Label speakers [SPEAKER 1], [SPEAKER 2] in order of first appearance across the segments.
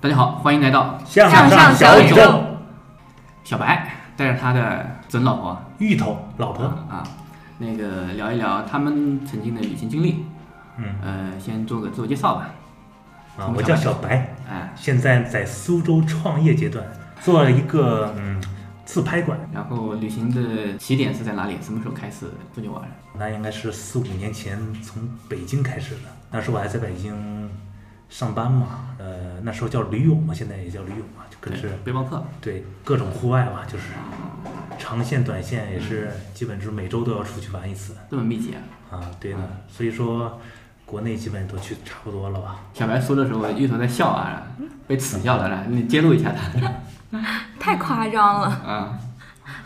[SPEAKER 1] 大家好，欢迎来到
[SPEAKER 2] 向
[SPEAKER 3] 上
[SPEAKER 2] 小
[SPEAKER 3] 宇
[SPEAKER 2] 宙，
[SPEAKER 1] 小白带着他的准老婆
[SPEAKER 2] 芋头老婆，
[SPEAKER 1] 啊，那个聊一聊他们曾经的旅行经历。
[SPEAKER 2] 嗯，
[SPEAKER 1] 呃，先做个自我介绍吧。
[SPEAKER 2] 啊，我叫小白，
[SPEAKER 1] 哎，
[SPEAKER 2] 现在在苏州创业阶段，做了一个嗯自拍馆，
[SPEAKER 1] 然后旅行的起点是在哪里？什么时候开始出去玩？
[SPEAKER 2] 那应该是四五年前从北京开始的，那时候我还在北京上班嘛，呃，那时候叫驴友嘛，现在也叫驴友嘛，就可是
[SPEAKER 1] 背包客。
[SPEAKER 2] 对各种户外嘛，就是长线短线也是基本就是每周都要出去玩一次
[SPEAKER 1] 这么密集啊！
[SPEAKER 2] 啊，对的，所以说国内基本都去差不多了吧。
[SPEAKER 1] 小白说的时候，芋头在笑啊，被耻笑了，来，你揭露一下他。
[SPEAKER 3] 太夸张了，
[SPEAKER 1] 啊，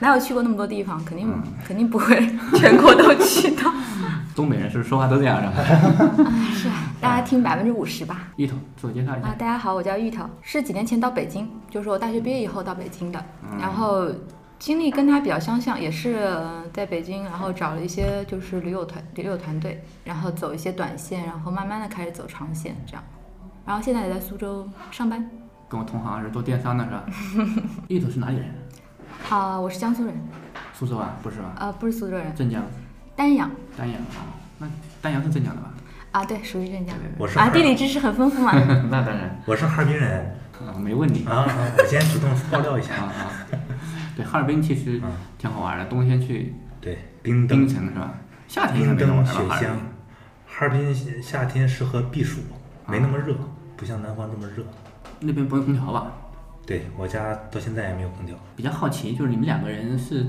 [SPEAKER 3] 哪有去过那么多地方？肯定、肯定不会全国都去到。
[SPEAKER 1] 东北人是不是说话都这样的？
[SPEAKER 3] 是啊，大家听百分之五十吧。
[SPEAKER 1] 芋头，自我介绍一
[SPEAKER 3] 啊
[SPEAKER 1] 下，。
[SPEAKER 3] 大家好，我叫芋头，是几年前到北京，就是我大学毕业以后到北京的，然后经历跟他比较相像，也是呃在北京，然后找了一些就是驴友团驴友团队，然后走一些短线，然后慢慢的开始走长线这样，然后现在也在苏州上班。
[SPEAKER 1] 跟我同行是做电商的是吧？芋头是哪里人？
[SPEAKER 3] 啊、我是江苏人，
[SPEAKER 1] 苏州啊？不是吧？
[SPEAKER 3] 呃，不是苏州人，
[SPEAKER 1] 镇江，
[SPEAKER 3] 丹阳
[SPEAKER 1] 丹阳啊？那丹阳是镇江的吧？
[SPEAKER 3] 啊，对，属于镇江。
[SPEAKER 2] 我是
[SPEAKER 3] 啊，
[SPEAKER 2] 哈
[SPEAKER 3] 地理知识很丰富嘛。
[SPEAKER 1] 那当然
[SPEAKER 2] 我是哈尔滨人
[SPEAKER 1] 啊，没问题。
[SPEAKER 2] 啊，啊我先主动爆料一
[SPEAKER 1] 啊
[SPEAKER 2] 下，
[SPEAKER 1] 啊，对，哈尔滨其实挺好玩的，冬天去
[SPEAKER 2] 对，冰
[SPEAKER 1] 冰
[SPEAKER 2] 灯、
[SPEAKER 1] 城是吧？夏天应
[SPEAKER 2] 冰
[SPEAKER 1] 该没那么
[SPEAKER 2] 灯、
[SPEAKER 1] 玩
[SPEAKER 2] 雪
[SPEAKER 1] 了吧，哈尔滨。
[SPEAKER 2] 乡哈尔滨夏天适合避暑，没那么
[SPEAKER 1] 啊
[SPEAKER 2] 热，不像南方这么热。
[SPEAKER 1] 那边不用空调吧？
[SPEAKER 2] 对我家到现在也没有空调，
[SPEAKER 1] 比较好奇，就是你们两个人是，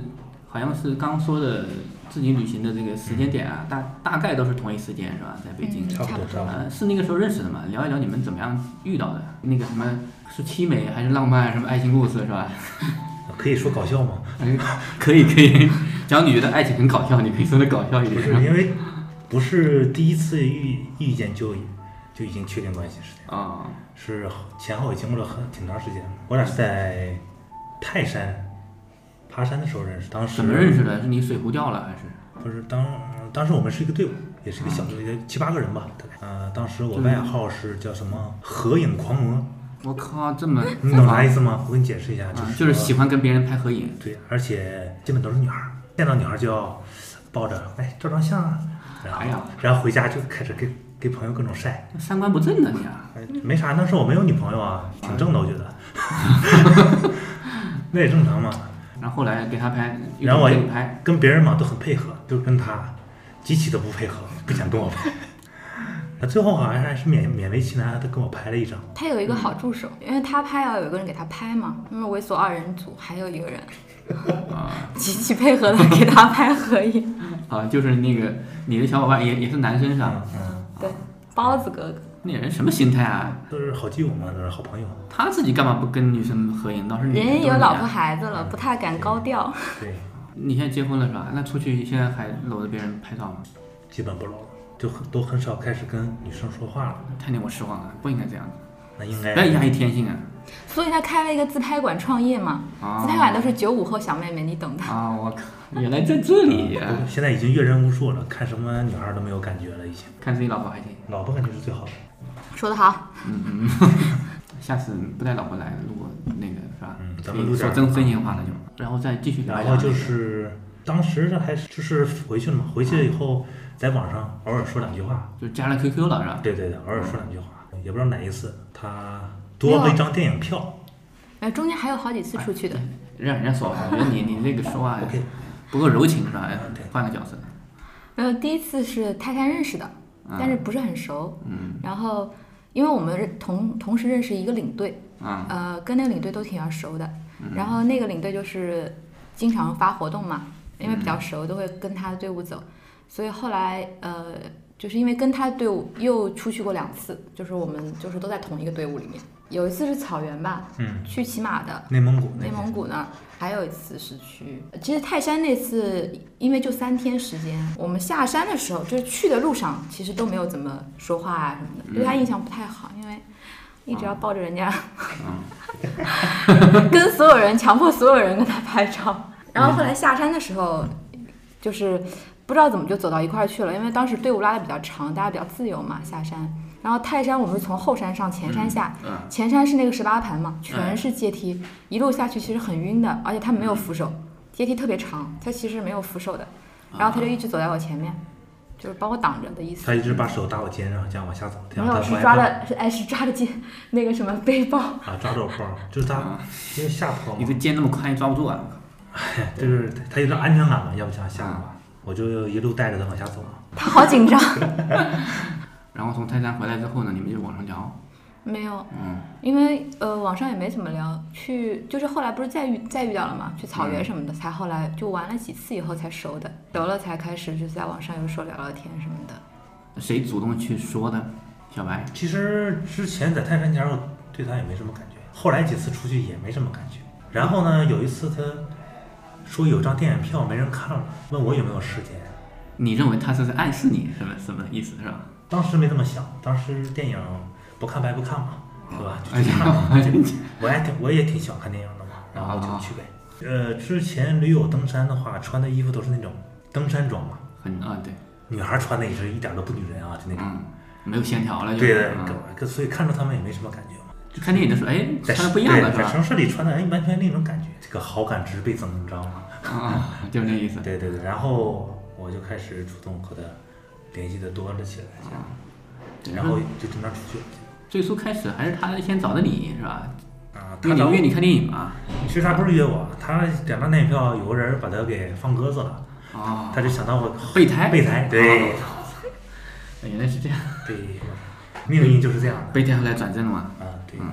[SPEAKER 1] 好像是刚说的自己旅行的这个时间点啊，大大概都是同一时间是吧？在北京，
[SPEAKER 3] 嗯
[SPEAKER 2] 差不多，差不多。
[SPEAKER 1] 呃，是那个时候认识的嘛？聊一聊你们怎么样遇到的？那个什么是凄美还是浪漫，什么爱情故事是吧？
[SPEAKER 2] 可以说搞笑吗？
[SPEAKER 1] 哎， 可以可以，讲你觉得爱情很搞笑，你可以说的搞笑一
[SPEAKER 2] 不
[SPEAKER 1] 点。
[SPEAKER 2] 是，因为不是第一次遇遇见就就已经确定关系是这 样，
[SPEAKER 1] 啊、
[SPEAKER 2] 是前后也经过了很挺长时间。我俩是在泰山爬山的时候认识，当时
[SPEAKER 1] 怎么认识的？是你水壶掉了还是？
[SPEAKER 2] 不是当当时我们是一个队伍，也是一个小
[SPEAKER 1] 嗯
[SPEAKER 2] 队，也七八个人吧，大概。呃，当时我外号是叫什么“合影狂魔
[SPEAKER 1] 我靠，这么”，
[SPEAKER 2] 你懂啥意思吗？我给你解释一下，
[SPEAKER 1] 啊
[SPEAKER 2] 是
[SPEAKER 1] 嗯就
[SPEAKER 2] 就是
[SPEAKER 1] 喜欢跟别人拍合影。
[SPEAKER 2] 对，而且基本都是女孩儿，见到女孩儿就要抱着，哎，照张相啊，然后、
[SPEAKER 1] 哎呀
[SPEAKER 2] 然后回家就开始给给朋友各种晒，
[SPEAKER 1] 三观不正的你啊！
[SPEAKER 2] 哎没啥，那时候我没有女朋友啊，挺正的，我觉得， 那也正常嘛。
[SPEAKER 1] 然后后来给他拍，又
[SPEAKER 2] 然后我
[SPEAKER 1] 给你拍，
[SPEAKER 2] 跟别人嘛都很配合，就跟他极其的不配合， 不想跟我拍。那最后好像还是勉勉为其难，他跟我拍了一张。
[SPEAKER 3] 他有一个好助手，
[SPEAKER 2] 嗯
[SPEAKER 3] 因为他拍啊要有一个人给他拍嘛，因为猥琐二人组还有一个人
[SPEAKER 1] 啊
[SPEAKER 3] 极其配合的给他拍合影。
[SPEAKER 1] 啊，就是那个你的小伙伴也也是男生是吧？
[SPEAKER 2] 嗯，
[SPEAKER 3] 对，包子哥哥，
[SPEAKER 1] 那人什么心态啊？
[SPEAKER 2] 都是好基友嘛，都是好朋友。
[SPEAKER 1] 他自己干嘛不跟女生合影？倒是
[SPEAKER 2] 嗯
[SPEAKER 1] 你啊
[SPEAKER 3] 人有老婆。
[SPEAKER 1] 都是
[SPEAKER 3] 孩子了，不太敢高调。
[SPEAKER 2] 对，
[SPEAKER 1] 你啊你现在结婚了是吧？那出去现在还搂着别人拍照吗？
[SPEAKER 2] 基本不老了，就很都很少开始跟女生说话了。
[SPEAKER 1] 太令我失望了，不应该这样子，
[SPEAKER 2] 那应
[SPEAKER 1] 不要压
[SPEAKER 2] 该
[SPEAKER 1] 抑天性啊！
[SPEAKER 3] 所以他开了一个自拍馆创业嘛，
[SPEAKER 2] 哦
[SPEAKER 1] 啊
[SPEAKER 3] 自拍馆都是九五后小妹妹，你懂的。
[SPEAKER 1] 啊，我靠，原来在这里、
[SPEAKER 2] 不
[SPEAKER 1] 啊，
[SPEAKER 2] 现在已经阅人无数了，看什么女孩都没有感觉了，已经。
[SPEAKER 1] 看自己老婆还行。嗯
[SPEAKER 2] 老婆感觉是最好的。
[SPEAKER 3] 说得好，
[SPEAKER 1] 下次不带老婆来，如果那个是吧？
[SPEAKER 2] 嗯咱
[SPEAKER 1] 可以
[SPEAKER 2] 们录
[SPEAKER 1] 说
[SPEAKER 2] 点儿
[SPEAKER 1] 真真心话了就，然后再继续聊一
[SPEAKER 2] 然
[SPEAKER 1] 聊
[SPEAKER 2] 后
[SPEAKER 1] 那个。
[SPEAKER 2] 就是当时这还是就是回去了嘛，回去以后在网上偶尔说两句话，
[SPEAKER 1] 就加了 QQ 了是吧？
[SPEAKER 3] 嗯
[SPEAKER 2] 对对对，偶尔说两句话，也不知道哪一次他多
[SPEAKER 3] 啊
[SPEAKER 2] 了一张电影票。
[SPEAKER 3] 然哎后中间还有好几次出去的，
[SPEAKER 1] 让人家说话，我觉得你你这个说话
[SPEAKER 2] OK 嗯
[SPEAKER 1] 不够柔情是吧？哎
[SPEAKER 2] 对
[SPEAKER 1] 换个角色，
[SPEAKER 3] 然后第一次是泰山认识的，但是不是很熟。
[SPEAKER 1] 嗯
[SPEAKER 3] 然后因为我们认同同时认识一个领队，
[SPEAKER 1] 啊
[SPEAKER 3] 呃，跟那个领队都挺要熟的。然后那个领队就是经常发活动嘛，因为比较熟，都会跟他的队伍走。所以后来呃，就是因为跟他的队伍又出去过两次，就是我们就是都在同一个队伍里面。有一次是草原吧，
[SPEAKER 2] 嗯，
[SPEAKER 3] 去骑马的，
[SPEAKER 2] 内蒙古那
[SPEAKER 3] 内
[SPEAKER 2] 边
[SPEAKER 3] 蒙古那儿还有一次是去，其实泰山那次因为就三天时间，我们下山的时候就是去的路上，其实都没有怎么说话啊什么
[SPEAKER 2] 嗯
[SPEAKER 3] 的，对他印象不太好，
[SPEAKER 2] 啊
[SPEAKER 3] 因为一直要抱着人家， 跟所有人强迫所有人跟他拍照，然后后来下山的时候，就是不知道怎么就走到一块儿去了，因为当时队伍拉的比较长，大家比较自由嘛，下山。然后泰山我们是从后山上，前山下，
[SPEAKER 1] 嗯嗯
[SPEAKER 3] 前山是那个十八盘嘛，
[SPEAKER 1] 哎
[SPEAKER 3] 全是阶梯，一路下去其实很晕的，而且他
[SPEAKER 2] 嗯
[SPEAKER 3] 没有扶手，阶梯特别长，他其实没有扶手的，然后他就一直走在我前面，就是把我挡着的意思
[SPEAKER 2] 啊他。一直把手搭我肩上，这样往下走，这
[SPEAKER 3] 没
[SPEAKER 2] 样他
[SPEAKER 3] 有
[SPEAKER 2] 不
[SPEAKER 3] 是
[SPEAKER 2] 害
[SPEAKER 3] 抓
[SPEAKER 2] 怕
[SPEAKER 3] 着是哎是抓着肩那个什么背包，
[SPEAKER 2] 啊，抓着我包，就是
[SPEAKER 3] 嗯
[SPEAKER 2] 他因为下坡
[SPEAKER 1] 你
[SPEAKER 2] 嘛
[SPEAKER 1] 这，肩那么宽，抓不住啊！
[SPEAKER 2] 就是他有点安全感嘛，要不这样下
[SPEAKER 3] 嗯
[SPEAKER 2] 嘛，我就一路带着他往下走嘛。
[SPEAKER 3] 他好 紧张。
[SPEAKER 1] 然后从泰山回来之后呢，你们就往上聊，
[SPEAKER 3] 没有，
[SPEAKER 1] 嗯，
[SPEAKER 3] 因为呃，网上也没怎么聊，去就是后来不是再遇再遇到了嘛，去草
[SPEAKER 2] 嗯
[SPEAKER 3] 原什么的，才后来就玩了几次以后才熟的，熟了才开始就是在网上有时候聊聊天什么的。
[SPEAKER 1] 谁主动去说的？小白，
[SPEAKER 2] 其实之前在泰山家，我对他也没什么感觉，后来几次出去也没什么感觉。然后呢，有一次他说有张电影票没人看了，问我有没有时间。
[SPEAKER 1] 你认为他是在暗示你什么什么意思是吧？
[SPEAKER 2] 当时没这么想，当时电影不看白不看嘛，对吧？就去看吧。
[SPEAKER 1] 哎呀， 啊
[SPEAKER 2] 我还挺我也挺喜欢看电影的嘛，然后就去呗。呃，之前驴友登山的话，穿的衣服都是那种登山装嘛，
[SPEAKER 1] 很啊，对，
[SPEAKER 2] 女孩穿的也是一点都不女人啊，就那种。
[SPEAKER 1] 嗯，没有线条了就，
[SPEAKER 2] 对的，
[SPEAKER 1] 嗯
[SPEAKER 2] 跟所以看着他们也没什么感觉嘛。
[SPEAKER 1] 就看电影的时候，哎，
[SPEAKER 2] 嗯在
[SPEAKER 1] 穿的不一样了
[SPEAKER 2] 对
[SPEAKER 1] 是
[SPEAKER 2] 在城
[SPEAKER 1] 吧？
[SPEAKER 2] 市里穿的，哎，完全另一种感觉，这个好感值倍增，你知道吗？
[SPEAKER 1] 啊， 就是那意思。
[SPEAKER 2] 对对对，然后我就开始主动和他联系的多了起来，这样，
[SPEAKER 1] 对
[SPEAKER 2] 然后就经常出去了。
[SPEAKER 1] 最初开始还是他先找的你是吧？
[SPEAKER 2] 啊，
[SPEAKER 1] 因
[SPEAKER 2] 他
[SPEAKER 1] 为
[SPEAKER 2] 找
[SPEAKER 1] 你约你看电影嘛。
[SPEAKER 2] 其实他不是约我，他两张电影票有个人把他给放鸽子了，
[SPEAKER 1] 哦，
[SPEAKER 2] 他就想到我
[SPEAKER 1] 备胎
[SPEAKER 2] 备胎，对
[SPEAKER 1] 哎原来是这样，
[SPEAKER 2] 对，命运就是这样的
[SPEAKER 1] 备胎后来转正了嘛。
[SPEAKER 2] 啊，对
[SPEAKER 1] 嗯，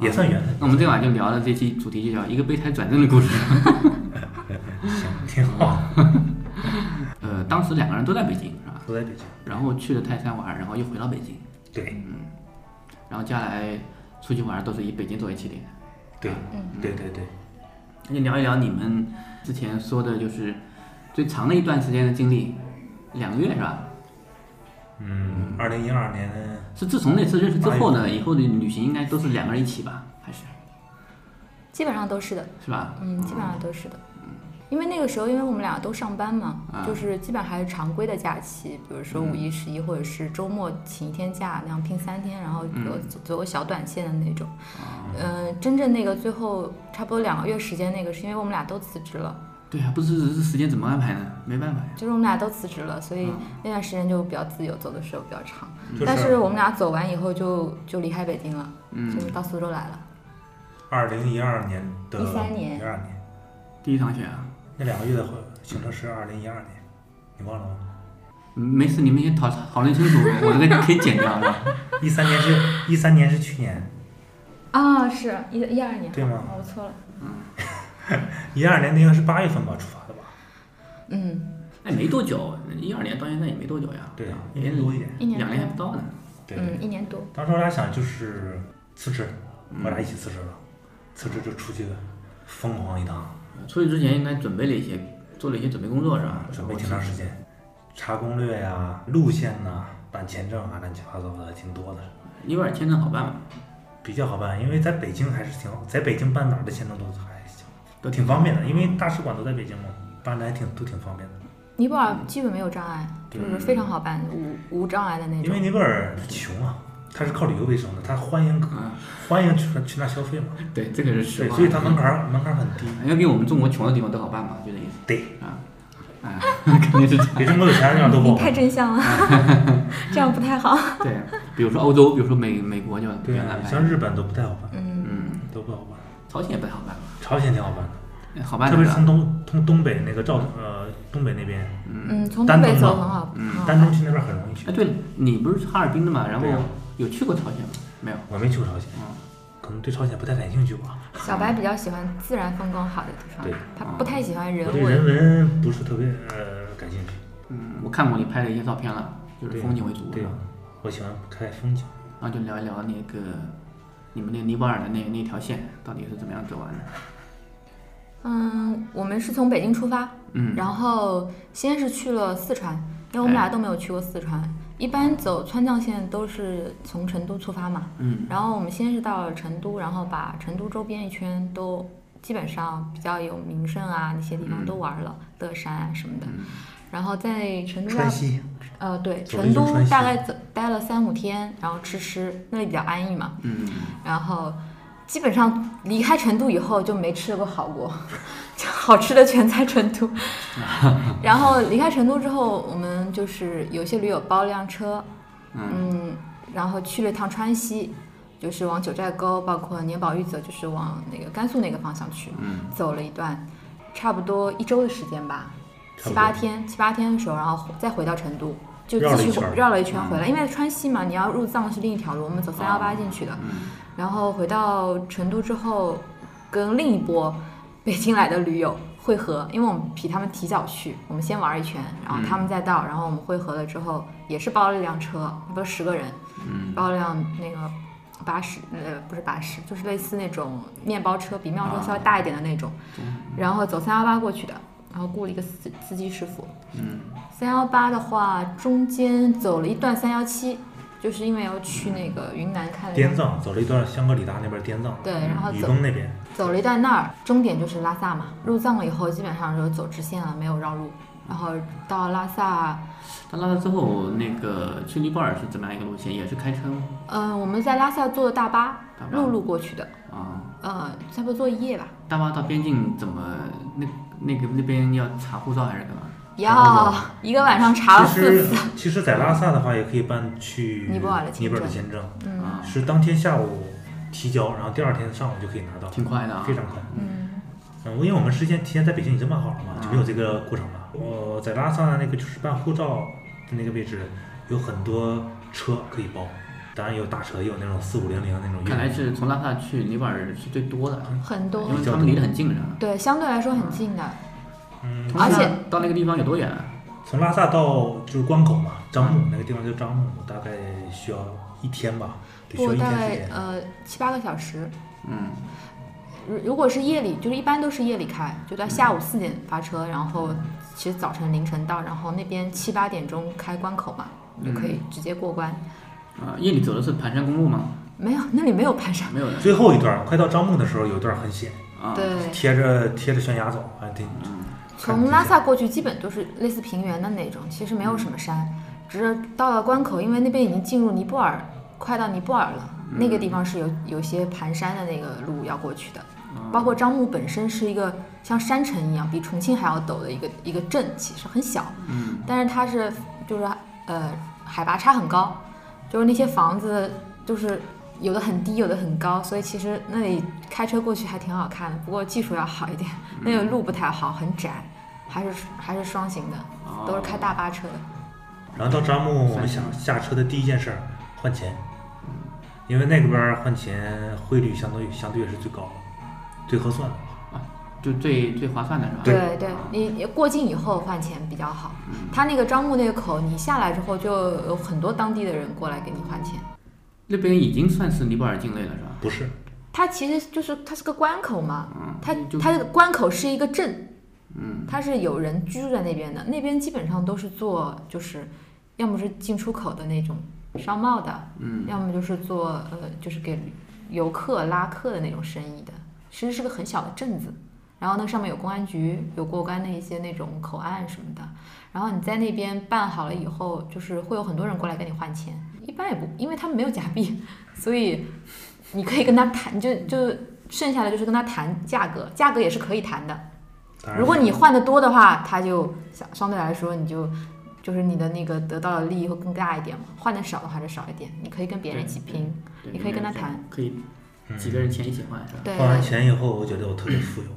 [SPEAKER 2] 也算缘分，
[SPEAKER 1] 那我们这晚就聊了这期主题就叫一个备胎转正的故事。 嗯
[SPEAKER 2] 行，挺好，
[SPEAKER 1] 呃，当时两个人都在北京是吧？
[SPEAKER 2] 都在北京，
[SPEAKER 1] 然后去了泰山玩，然后又回到北京，
[SPEAKER 2] 对
[SPEAKER 1] 嗯然后接下来出去玩都是以北京作为起点。
[SPEAKER 2] 对对对对，
[SPEAKER 1] 那就聊一聊你们之前说的，就是最长的一段时间的经历，两个月是吧？
[SPEAKER 2] 嗯，二零一二年的
[SPEAKER 1] 是自从那次认识之后
[SPEAKER 2] 哎
[SPEAKER 1] 呢，以后的旅行应该都是两个人一起吧？还是
[SPEAKER 3] 基本上都是的，
[SPEAKER 1] 是
[SPEAKER 2] 啊
[SPEAKER 1] 吧？
[SPEAKER 3] 嗯，基本上都是的。
[SPEAKER 2] 嗯
[SPEAKER 3] 因为那个时候，因为我们俩都上班嘛，就是基本上还是常规的假期，比如说
[SPEAKER 2] 嗯
[SPEAKER 3] 五一、十一，或者是周末请一天假，那样拼三天，然后有
[SPEAKER 2] 嗯
[SPEAKER 3] 走走个小短线的那种。
[SPEAKER 2] 哦
[SPEAKER 3] 嗯、真正那个最后差不多两个月时间，那个是因为我们俩都辞职了，
[SPEAKER 1] 对啊，不是这时间怎么安排呢？没办法呀。
[SPEAKER 3] 就是我们俩都辞职了，所以那段时间就比较自由，走的时候比较长。
[SPEAKER 2] 嗯就是嗯
[SPEAKER 3] 但是我们俩走完以后就就离开北京了，就是到苏州来了。
[SPEAKER 2] 二零一二年的
[SPEAKER 3] 13年
[SPEAKER 2] 一二年
[SPEAKER 1] 第一场雪啊，
[SPEAKER 2] 那两个月的行程是二零一二年，你忘了吗？
[SPEAKER 1] 嗯没事，你们先讨讨论 清楚，我这个可以剪掉是吧？
[SPEAKER 2] 一三年是一三年是去年，
[SPEAKER 3] 啊、是一一二年，哦
[SPEAKER 2] 对吗
[SPEAKER 3] 我错了。
[SPEAKER 2] 一二年那个是八月份吧出发的吧？
[SPEAKER 3] 嗯，
[SPEAKER 1] 哎，没多久，一二年到现在也没多久呀。
[SPEAKER 2] 对
[SPEAKER 1] 啊，
[SPEAKER 2] 一年多一点，
[SPEAKER 3] 一年
[SPEAKER 1] 两
[SPEAKER 3] 多
[SPEAKER 1] 年还不到呢。
[SPEAKER 2] 对对
[SPEAKER 3] 嗯，一年多。
[SPEAKER 2] 当时我俩想就是辞职，我俩一起辞职了，辞职就出去疯狂一趟，
[SPEAKER 1] 出去之前应该准备了一些，做了一些准备工作是吧？
[SPEAKER 2] 准备挺长时间，查攻略呀、路线呐、办签证啊，乱七八糟的挺多的，
[SPEAKER 1] 一二签证好办吗？
[SPEAKER 2] 比较好办，因为在北京还是挺好，在北京办哪儿的签证都还行，都挺方便的，因为大使馆都在北京嘛，办的还挺都挺方便的。
[SPEAKER 3] 尼泊尔基本没有障碍，就是非常好办，无无障碍的那
[SPEAKER 2] 因为
[SPEAKER 3] 种。
[SPEAKER 2] 尼泊尔穷啊，他是靠旅游为生的，他欢迎欢迎去去那消费嘛，
[SPEAKER 1] 对，这个是
[SPEAKER 2] 对
[SPEAKER 1] 实，话。
[SPEAKER 2] 所以他门槛儿门槛儿很低。
[SPEAKER 1] 要比我们中国穷的地方都好办嘛，就这意思
[SPEAKER 2] 对，
[SPEAKER 1] 啊。啊，肯定是这样。
[SPEAKER 2] 比中国有钱的地方都不
[SPEAKER 3] 你
[SPEAKER 2] 好
[SPEAKER 3] 太。真相了，这样不太好。
[SPEAKER 1] 对，比如说欧洲，比如说美美国就不
[SPEAKER 2] 对
[SPEAKER 1] 愿意
[SPEAKER 2] 啊
[SPEAKER 1] 安，排，
[SPEAKER 2] 像日本都不太好办，
[SPEAKER 3] 嗯，
[SPEAKER 2] 都不好办。
[SPEAKER 1] 朝鲜也不太好办吧，
[SPEAKER 2] 朝鲜挺好办的，
[SPEAKER 1] 哎好办
[SPEAKER 2] 特
[SPEAKER 1] 那
[SPEAKER 2] 别是从
[SPEAKER 1] 个
[SPEAKER 2] 东从东北那个赵呃东北那边，
[SPEAKER 3] 嗯，从东北走很好，很好
[SPEAKER 2] 丹东去那边很容易去
[SPEAKER 1] 哎，。对了，你不是哈尔滨的嘛？然后
[SPEAKER 2] 对啊
[SPEAKER 1] 有去过朝鲜吗？没有。
[SPEAKER 2] 我没去过朝鲜
[SPEAKER 1] 嗯，
[SPEAKER 2] 可能对朝鲜不太感兴趣吧。
[SPEAKER 3] 小白比较喜欢自然风光好的地方
[SPEAKER 2] 对，
[SPEAKER 3] 他不太喜欢人
[SPEAKER 2] 我对人
[SPEAKER 3] 文。
[SPEAKER 2] 文不是特别呃感兴趣。
[SPEAKER 1] 嗯，我看过你拍的一些照片了，就是
[SPEAKER 2] 对，啊
[SPEAKER 1] 风景为主，
[SPEAKER 2] 对
[SPEAKER 1] 是吧？，
[SPEAKER 2] 我喜欢看风景。
[SPEAKER 1] 然后就聊一聊那个你们那尼泊尔的那那条线到底是怎么样走完的？
[SPEAKER 3] 嗯，我们是从北京出发，
[SPEAKER 1] 嗯，
[SPEAKER 3] 然后先是去了四川，因为我们俩都没有去过四川。一般走川藏线都是从成都出发嘛，
[SPEAKER 1] 嗯
[SPEAKER 3] 然后我们先是到了成都，然后把成都周边一圈都基本上比较有名胜啊那些地方都玩了，乐山啊什么的。然后在成都
[SPEAKER 2] 嗯
[SPEAKER 3] 大啊
[SPEAKER 2] 川西，
[SPEAKER 3] 呃对，
[SPEAKER 2] 走了
[SPEAKER 3] 成
[SPEAKER 2] 一
[SPEAKER 3] 都
[SPEAKER 2] 圈川西
[SPEAKER 3] 大概走待了三五天，然后吃吃，那里比较安逸嘛。
[SPEAKER 1] 嗯，
[SPEAKER 3] 然后基本上离开成都以后就没吃过好过， 就好吃的全在 成都。然后离开成都之后，我们就是有些驴友包了辆车，嗯，然后去了趟川西，就是往九寨沟，包括年保玉泽，就是往那个甘肃那个方向去，
[SPEAKER 1] 嗯
[SPEAKER 3] 走了一段，差不多一周的时间吧，
[SPEAKER 2] 差
[SPEAKER 3] 七
[SPEAKER 2] 不多
[SPEAKER 3] 八天，七八天的时候，然后再回到成都。就
[SPEAKER 2] 绕了
[SPEAKER 3] 继
[SPEAKER 2] 一
[SPEAKER 3] 续
[SPEAKER 2] 圈儿嗯
[SPEAKER 3] 绕了一圈回来，因为川西嘛，你要入藏是另一条路，我们走三幺八进去的。
[SPEAKER 2] 嗯
[SPEAKER 3] 然后回到成都之后，跟另一波北京来的驴友会合，因为我们比他们提早去，我们先玩一圈，然后
[SPEAKER 2] 嗯
[SPEAKER 3] 他们再到，然后我们会合了之后，也是包了一辆车，不多十个人，
[SPEAKER 2] 嗯
[SPEAKER 3] 包了辆那个巴士，呃，不是巴士，就是类似那种面包车，比面
[SPEAKER 2] 啊
[SPEAKER 3] 包车稍微大一点的那种，然后走三幺八过去的，然后雇了一个司司机师傅，
[SPEAKER 2] 嗯
[SPEAKER 3] 三幺八的话，中间走了一段三幺七，就是因为要去那个云南看了一
[SPEAKER 2] 滇
[SPEAKER 3] 段
[SPEAKER 2] 藏走了一段香格里拉那边滇藏，
[SPEAKER 3] 对，然后
[SPEAKER 2] 雨
[SPEAKER 3] 走
[SPEAKER 2] 崩那边，
[SPEAKER 3] 走了一段那儿，终点就是拉萨嘛。入藏了以后，基本上就走直线了，没有绕路。然后到拉萨，
[SPEAKER 1] 到拉萨之后，那个去尼泊尔是怎么样一个路线？也是开车吗？
[SPEAKER 3] 嗯、我们在拉萨坐的大巴
[SPEAKER 1] 大巴
[SPEAKER 3] 陆路过去的，
[SPEAKER 1] 啊，
[SPEAKER 3] 呃，差不多坐一夜吧。
[SPEAKER 1] 大巴到边境怎么那那个那边要查护照还是干嘛？
[SPEAKER 3] 要 一个晚上查了
[SPEAKER 2] 其
[SPEAKER 3] 四
[SPEAKER 2] 实啊
[SPEAKER 3] 次，
[SPEAKER 2] 其实，在拉萨的话，也可以办去
[SPEAKER 3] 尼泊尔的签证
[SPEAKER 2] 尼泊尔的签证，
[SPEAKER 3] 嗯
[SPEAKER 1] 啊，
[SPEAKER 2] 是当天下午提交，然后第二天上午就可以拿到，
[SPEAKER 1] 挺快的啊，
[SPEAKER 2] 非常快。
[SPEAKER 3] 嗯，
[SPEAKER 2] 嗯，因为我们事先提前在北京已经办好了嘛，就没有
[SPEAKER 1] 啊
[SPEAKER 2] 这个过程了。我在拉萨那个就是办护照的那个位置，有很多车可以包，当然有大车，也有那种四五零零那种越
[SPEAKER 1] 看
[SPEAKER 2] 野
[SPEAKER 1] 来是从拉萨去尼泊尔是最多的，
[SPEAKER 2] 嗯
[SPEAKER 3] 很多
[SPEAKER 1] 因，为他们离得很近，是吧？
[SPEAKER 3] 对，相对来说很近的。
[SPEAKER 2] 嗯，
[SPEAKER 1] 从拉萨
[SPEAKER 3] 而且
[SPEAKER 1] 到那个地方有多远啊？
[SPEAKER 2] 从拉萨到就是关口嘛，樟木那个地方叫樟木，大概需要一天吧，得需要
[SPEAKER 3] 过
[SPEAKER 2] 一
[SPEAKER 3] 大
[SPEAKER 2] 天时
[SPEAKER 3] 概
[SPEAKER 2] 间。
[SPEAKER 3] 呃七八个小时。
[SPEAKER 1] 嗯，
[SPEAKER 3] 如如果是夜里，就是一般都是夜里开，就在
[SPEAKER 2] 嗯
[SPEAKER 3] 下午四点发车，然后其实早晨凌晨到，然后那边七八点钟开关口嘛，就可
[SPEAKER 2] 嗯
[SPEAKER 3] 以直接过关。
[SPEAKER 1] 啊，夜里走的是盘山公路吗？
[SPEAKER 3] 没有，那里没有盘山。
[SPEAKER 1] 没有的
[SPEAKER 2] 最后一段快到樟木的时候，有一段很险，
[SPEAKER 1] 啊。
[SPEAKER 3] 对，
[SPEAKER 2] 贴着贴着悬崖走，还挺
[SPEAKER 1] 嗯
[SPEAKER 3] 从拉萨过去基本都是类似平原的那种，其实没有什么山，只是到了关口，因为那边已经进入尼泊尔，快到尼泊尔了，那个地方是有有些盘山的那个路要过去的，包括樟木本身是一个像山城一样，比重庆还要陡的一个一个镇，其实很小，
[SPEAKER 1] 嗯，
[SPEAKER 3] 但是它是就是呃海拔差很高，就是那些房子就是。有的很低，有的很高，所以其实那里开车过去还挺好看的。不过技术要好一点，那个路不太好，很窄，还是还是双行的，都是开大巴车的。
[SPEAKER 2] 然后到樟木，我们想下车的第一件事儿换钱，因为那个边儿换钱汇率相当于相对也是最高的，最合算的。
[SPEAKER 1] 啊就最最划算的是吧？
[SPEAKER 3] 对对，你你过境以后换钱比较好。他那个樟木那个口，你下来之后就有很多当地的人过来给你换钱。
[SPEAKER 1] 那边已经算是尼泊尔境内了，是吧？
[SPEAKER 2] 不是，
[SPEAKER 3] 它其实就是它是个关口嘛，它
[SPEAKER 1] 就
[SPEAKER 3] 它的关口是一个镇，嗯，它是有人居住在那边的，那边基本上都是做就是，要么是进出口的那种商贸的，嗯，要么就是做呃就是给游客拉客的那种生意的，其实是个很小的镇子，然后那上面有公安局，有过关的一些那种口岸什么的，然后你在那边办好了以后，就是会有很多人过来跟你换钱，一般也不因为他们没有假币，所以。你可以跟他谈，你就就剩下的就是跟他谈价格，价格也是可以谈的。
[SPEAKER 2] 当然
[SPEAKER 3] 如果你换的多的话，他就相相对来说你就就是你的那个得到的利益会更大一点嘛。换的少的话就少一点，你可以跟别人一起拼，
[SPEAKER 1] 对
[SPEAKER 3] 你可以跟他谈，
[SPEAKER 1] 可以几个人钱一起换是吧？
[SPEAKER 3] 对，
[SPEAKER 2] 花完钱以后，我觉得我特别富有，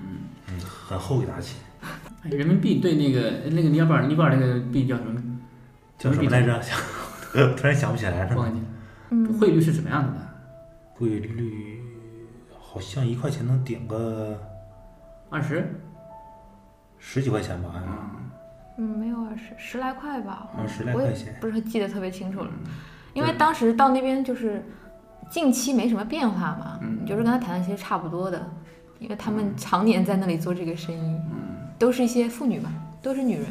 [SPEAKER 2] 嗯，很厚一沓钱，
[SPEAKER 1] 哎人民币对那个那个尼泊尔尼泊尔那个币叫什么？
[SPEAKER 2] 叫什么来着？ 想突然想不起来
[SPEAKER 1] 忘
[SPEAKER 2] 了。
[SPEAKER 1] 记了。
[SPEAKER 3] 嗯
[SPEAKER 1] 汇率是什么样子的？
[SPEAKER 2] 汇率好像一块钱能顶个
[SPEAKER 1] 二十？
[SPEAKER 2] 十几块钱吧，好像
[SPEAKER 3] 嗯，没有二十十来块吧，
[SPEAKER 2] 二啊十来
[SPEAKER 3] 我
[SPEAKER 2] 块
[SPEAKER 3] 也
[SPEAKER 2] 钱。嗯
[SPEAKER 3] 不是记得特别清楚了，因为当时到那边就是近期没什么变化嘛，
[SPEAKER 2] 嗯
[SPEAKER 3] 就是跟他谈的其实差不多的，因为他们常年在那里做这个生意，
[SPEAKER 2] 嗯
[SPEAKER 3] 都是一些妇女嘛，都是女人，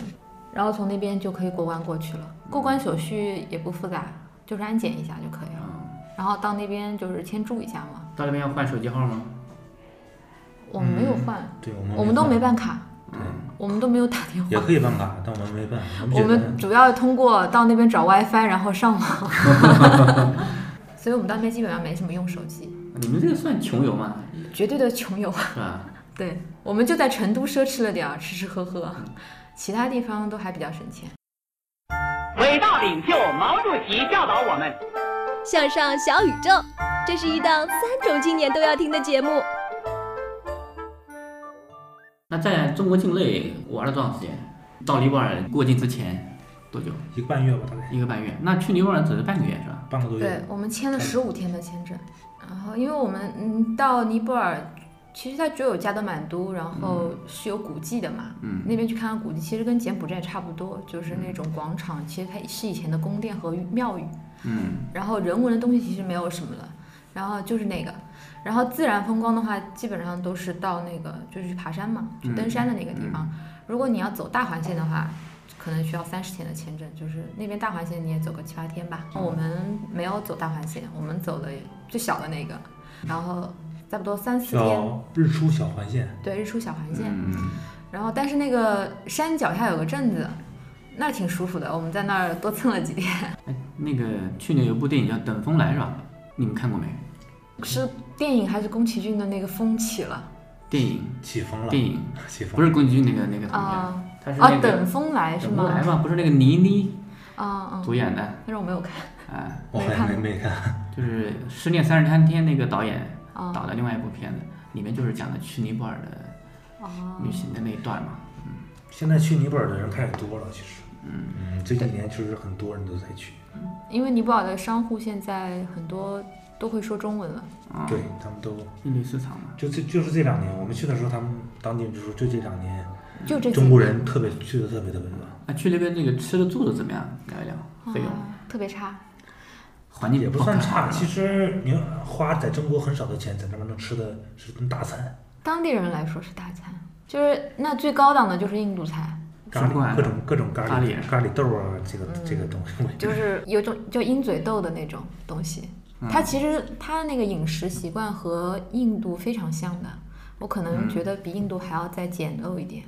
[SPEAKER 3] 然后从那边就可以过关过去了，
[SPEAKER 2] 嗯
[SPEAKER 3] 过关手续也不复杂，就是安检一下就可以了，
[SPEAKER 2] 嗯
[SPEAKER 3] 然后到那边就是签注一下嘛，
[SPEAKER 1] 到那边要换手机号吗？
[SPEAKER 3] 我们没有换，
[SPEAKER 2] 对，我们
[SPEAKER 3] 我们都没
[SPEAKER 2] 办，
[SPEAKER 3] 办卡，我们都没有打电
[SPEAKER 2] 也
[SPEAKER 3] 话。
[SPEAKER 2] 可以办卡，但我们没办。我们
[SPEAKER 3] 我
[SPEAKER 2] 觉得
[SPEAKER 3] 们主要通过到那边找 WiFi，然后上网， 所以我们到那边基本上没什么用手机，
[SPEAKER 1] 你们这个算穷游吗？
[SPEAKER 3] 绝对的穷游。
[SPEAKER 1] 是吧？
[SPEAKER 3] 对，我们就在成都奢侈了点儿，吃吃喝喝，其他地方都还比较省钱。
[SPEAKER 4] 伟大领袖毛主席教导我们，
[SPEAKER 5] 向上小宇宙，这是一档三种青年都要听的节目。
[SPEAKER 1] 那在中国境内玩了多长时间？到尼泊尔过境之前多久？
[SPEAKER 2] 一个半月吧，大概
[SPEAKER 1] 一个半月。那去尼泊尔只是半个月是吧？
[SPEAKER 2] 半个多
[SPEAKER 3] 对
[SPEAKER 2] 月。
[SPEAKER 3] 我们签了十五天的签证，然后因为我们嗯到尼泊尔，其实它只有加德满都，然后是有古迹的嘛，
[SPEAKER 1] 嗯
[SPEAKER 3] 那边去看看古迹，其实跟柬埔寨差不多，就是那种广场，其实它是以前的宫殿和庙宇，
[SPEAKER 1] 嗯，
[SPEAKER 3] 然后人文的东西其实没有什么了，然后就是那个，然后自然风光的话，基本上都是到那个就是去爬山嘛，去登山的那个地方。如果你要走大环线的话，可能需要三十天的签证，就是那边大环线你也走个七八天吧。我们没有走大环线，我们走的最小的那个，然后差不多三四天，
[SPEAKER 2] 叫日出小环线，
[SPEAKER 3] 对，日出小环线。然后但是那个山脚下有个镇子，那挺舒服的，我们在那儿多蹭了几天。
[SPEAKER 1] 哎，那个去年有部电影叫《等风来》是吧？你们看过没？
[SPEAKER 3] 是电影还是宫崎骏的那个《风起了
[SPEAKER 1] 电影，
[SPEAKER 2] 起风了，
[SPEAKER 1] 电影
[SPEAKER 2] 起风了
[SPEAKER 1] 不是宫崎骏那个那个》同学，
[SPEAKER 3] 啊？
[SPEAKER 1] 他是
[SPEAKER 3] 啊，
[SPEAKER 1] 那
[SPEAKER 3] 等
[SPEAKER 1] 个
[SPEAKER 3] 风来是
[SPEAKER 1] 等风
[SPEAKER 3] 吗
[SPEAKER 1] 来？吧，不是那个倪妮
[SPEAKER 3] 啊嗯，
[SPEAKER 1] 主演的
[SPEAKER 3] 但是我没有看。
[SPEAKER 1] 啊，
[SPEAKER 2] 我好像没没看。
[SPEAKER 1] 就是《失恋三十三天》那个导演
[SPEAKER 3] 啊
[SPEAKER 1] 导的另外一部片子，里面就是讲的去尼泊尔的
[SPEAKER 3] 哦，
[SPEAKER 1] 旅行的那一段嘛。
[SPEAKER 2] 现在去尼泊尔的人开始多了，其实，嗯，最近几年其实很多人都在去，
[SPEAKER 3] 因为尼泊尔的商户现在很多都会说中文了。
[SPEAKER 1] 啊，
[SPEAKER 2] 对他们都
[SPEAKER 1] 印度市场嘛。
[SPEAKER 2] 就这就是这两年，我们去的时候，他们当地人就说，就这两年
[SPEAKER 3] 就这几啊
[SPEAKER 2] 中国人特别去的特别特别多。
[SPEAKER 1] 啊，去那边那个吃的住的怎么样？聊一聊费用，
[SPEAKER 3] 啊特别差，
[SPEAKER 1] 环境
[SPEAKER 2] 也不算差，其
[SPEAKER 1] 实
[SPEAKER 2] 实你花在中国很少的钱，在那边能吃的是顿大餐，
[SPEAKER 3] 当地人来说是大餐，就是那最高档的就是印度菜，
[SPEAKER 2] 咖
[SPEAKER 1] 吃不
[SPEAKER 2] 喱
[SPEAKER 1] 惯
[SPEAKER 2] 各种各种咖
[SPEAKER 1] 咖
[SPEAKER 2] 喱
[SPEAKER 1] 喱
[SPEAKER 2] 咖喱豆啊，这个这个东西。
[SPEAKER 3] 就是有种就鹰嘴豆的那种东西。它其实它那个饮食习惯和印度非常像的，我可能觉得比印度还要再简陋一点，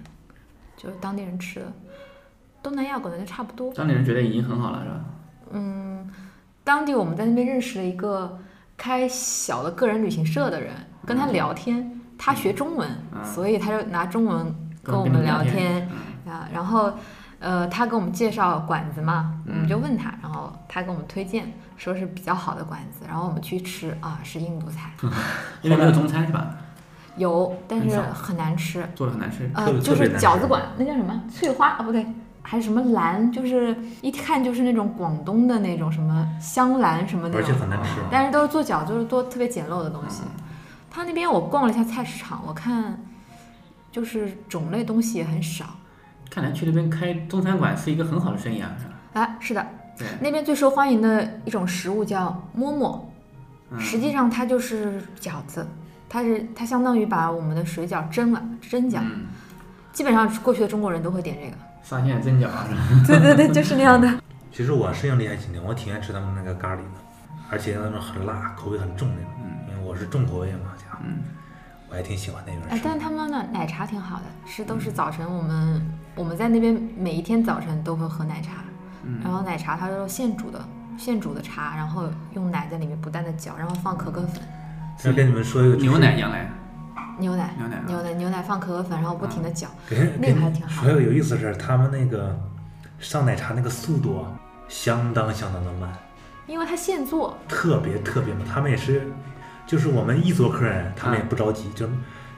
[SPEAKER 3] 就是当地人吃的。东南亚可能就差不多。
[SPEAKER 1] 当地人觉得已经很好了，是吧？
[SPEAKER 3] 嗯，当地我们在那边认识了一个开小的个人旅行社的人，跟他聊天，他学中文，所以他就拿中文嗯跟我们聊天
[SPEAKER 1] 嗯
[SPEAKER 3] 啊，然后。呃，他给我们介绍馆子嘛，我
[SPEAKER 2] 嗯
[SPEAKER 3] 们就问他，然后他给我们推荐，说是比较好的馆子，然后我们去吃啊，是印度菜，
[SPEAKER 2] 嗯
[SPEAKER 1] 因为没有中餐是吧？
[SPEAKER 3] 有，但是
[SPEAKER 1] 很少
[SPEAKER 3] 很难吃，
[SPEAKER 1] 做的很难吃。
[SPEAKER 2] 特
[SPEAKER 3] 呃，
[SPEAKER 2] 别
[SPEAKER 3] 就
[SPEAKER 2] 特别
[SPEAKER 3] 是
[SPEAKER 2] 难
[SPEAKER 3] 饺
[SPEAKER 2] 吃
[SPEAKER 3] 子馆，那叫什么翠花啊？不对，还是什么兰，就是一看就是那种广东的那种什么香兰什么那
[SPEAKER 2] 而且
[SPEAKER 3] 种，
[SPEAKER 2] 很难吃。嗯
[SPEAKER 3] 但是都是做饺子，就是做特别简陋的东西。他那边我逛了一下菜市场，我看就是种类东西也很少。
[SPEAKER 1] 看来去那边开中餐馆是一个很好的生意啊，是吧？
[SPEAKER 3] 啊，是的，
[SPEAKER 1] 对，
[SPEAKER 3] 那边最受欢迎的一种食物叫馍馍，实际上它就是饺子，它是它相当于把我们的水饺蒸了蒸饺，
[SPEAKER 1] 嗯，
[SPEAKER 3] 基本上过去的中国人都会点这个。
[SPEAKER 1] 沙县蒸饺啊是吧？
[SPEAKER 3] 对对对，就是那样的。
[SPEAKER 2] 其实我适应力还挺强，我挺爱吃他们那个咖喱的，而且那种很辣，口味很重那种。因为我是重口味嘛，家伙，
[SPEAKER 1] 嗯
[SPEAKER 2] 我还挺喜欢那边
[SPEAKER 3] 哎
[SPEAKER 2] 吃，的。
[SPEAKER 3] 但是他们的奶茶挺好的，是都是早晨我们我们在那边每一天早晨都会喝奶茶，然后奶茶它都是现煮的，现煮的茶，然后用奶在里面不断的搅，然后放可可粉、
[SPEAKER 2] 再跟你们说一个就是
[SPEAKER 1] 牛奶、羊奶，
[SPEAKER 3] 牛奶、
[SPEAKER 1] 牛奶啊
[SPEAKER 3] 牛奶、牛奶放可可粉，然后不停的搅，
[SPEAKER 2] 给
[SPEAKER 3] 那
[SPEAKER 2] 给
[SPEAKER 3] 个还挺好
[SPEAKER 2] 还有有意思的是，他们那个上奶茶那个速度啊，相当相当的慢，
[SPEAKER 3] 因为他现做，
[SPEAKER 2] 特别特别慢。他们也是，就是我们一桌客
[SPEAKER 1] 啊
[SPEAKER 2] 人，他们也不着急，就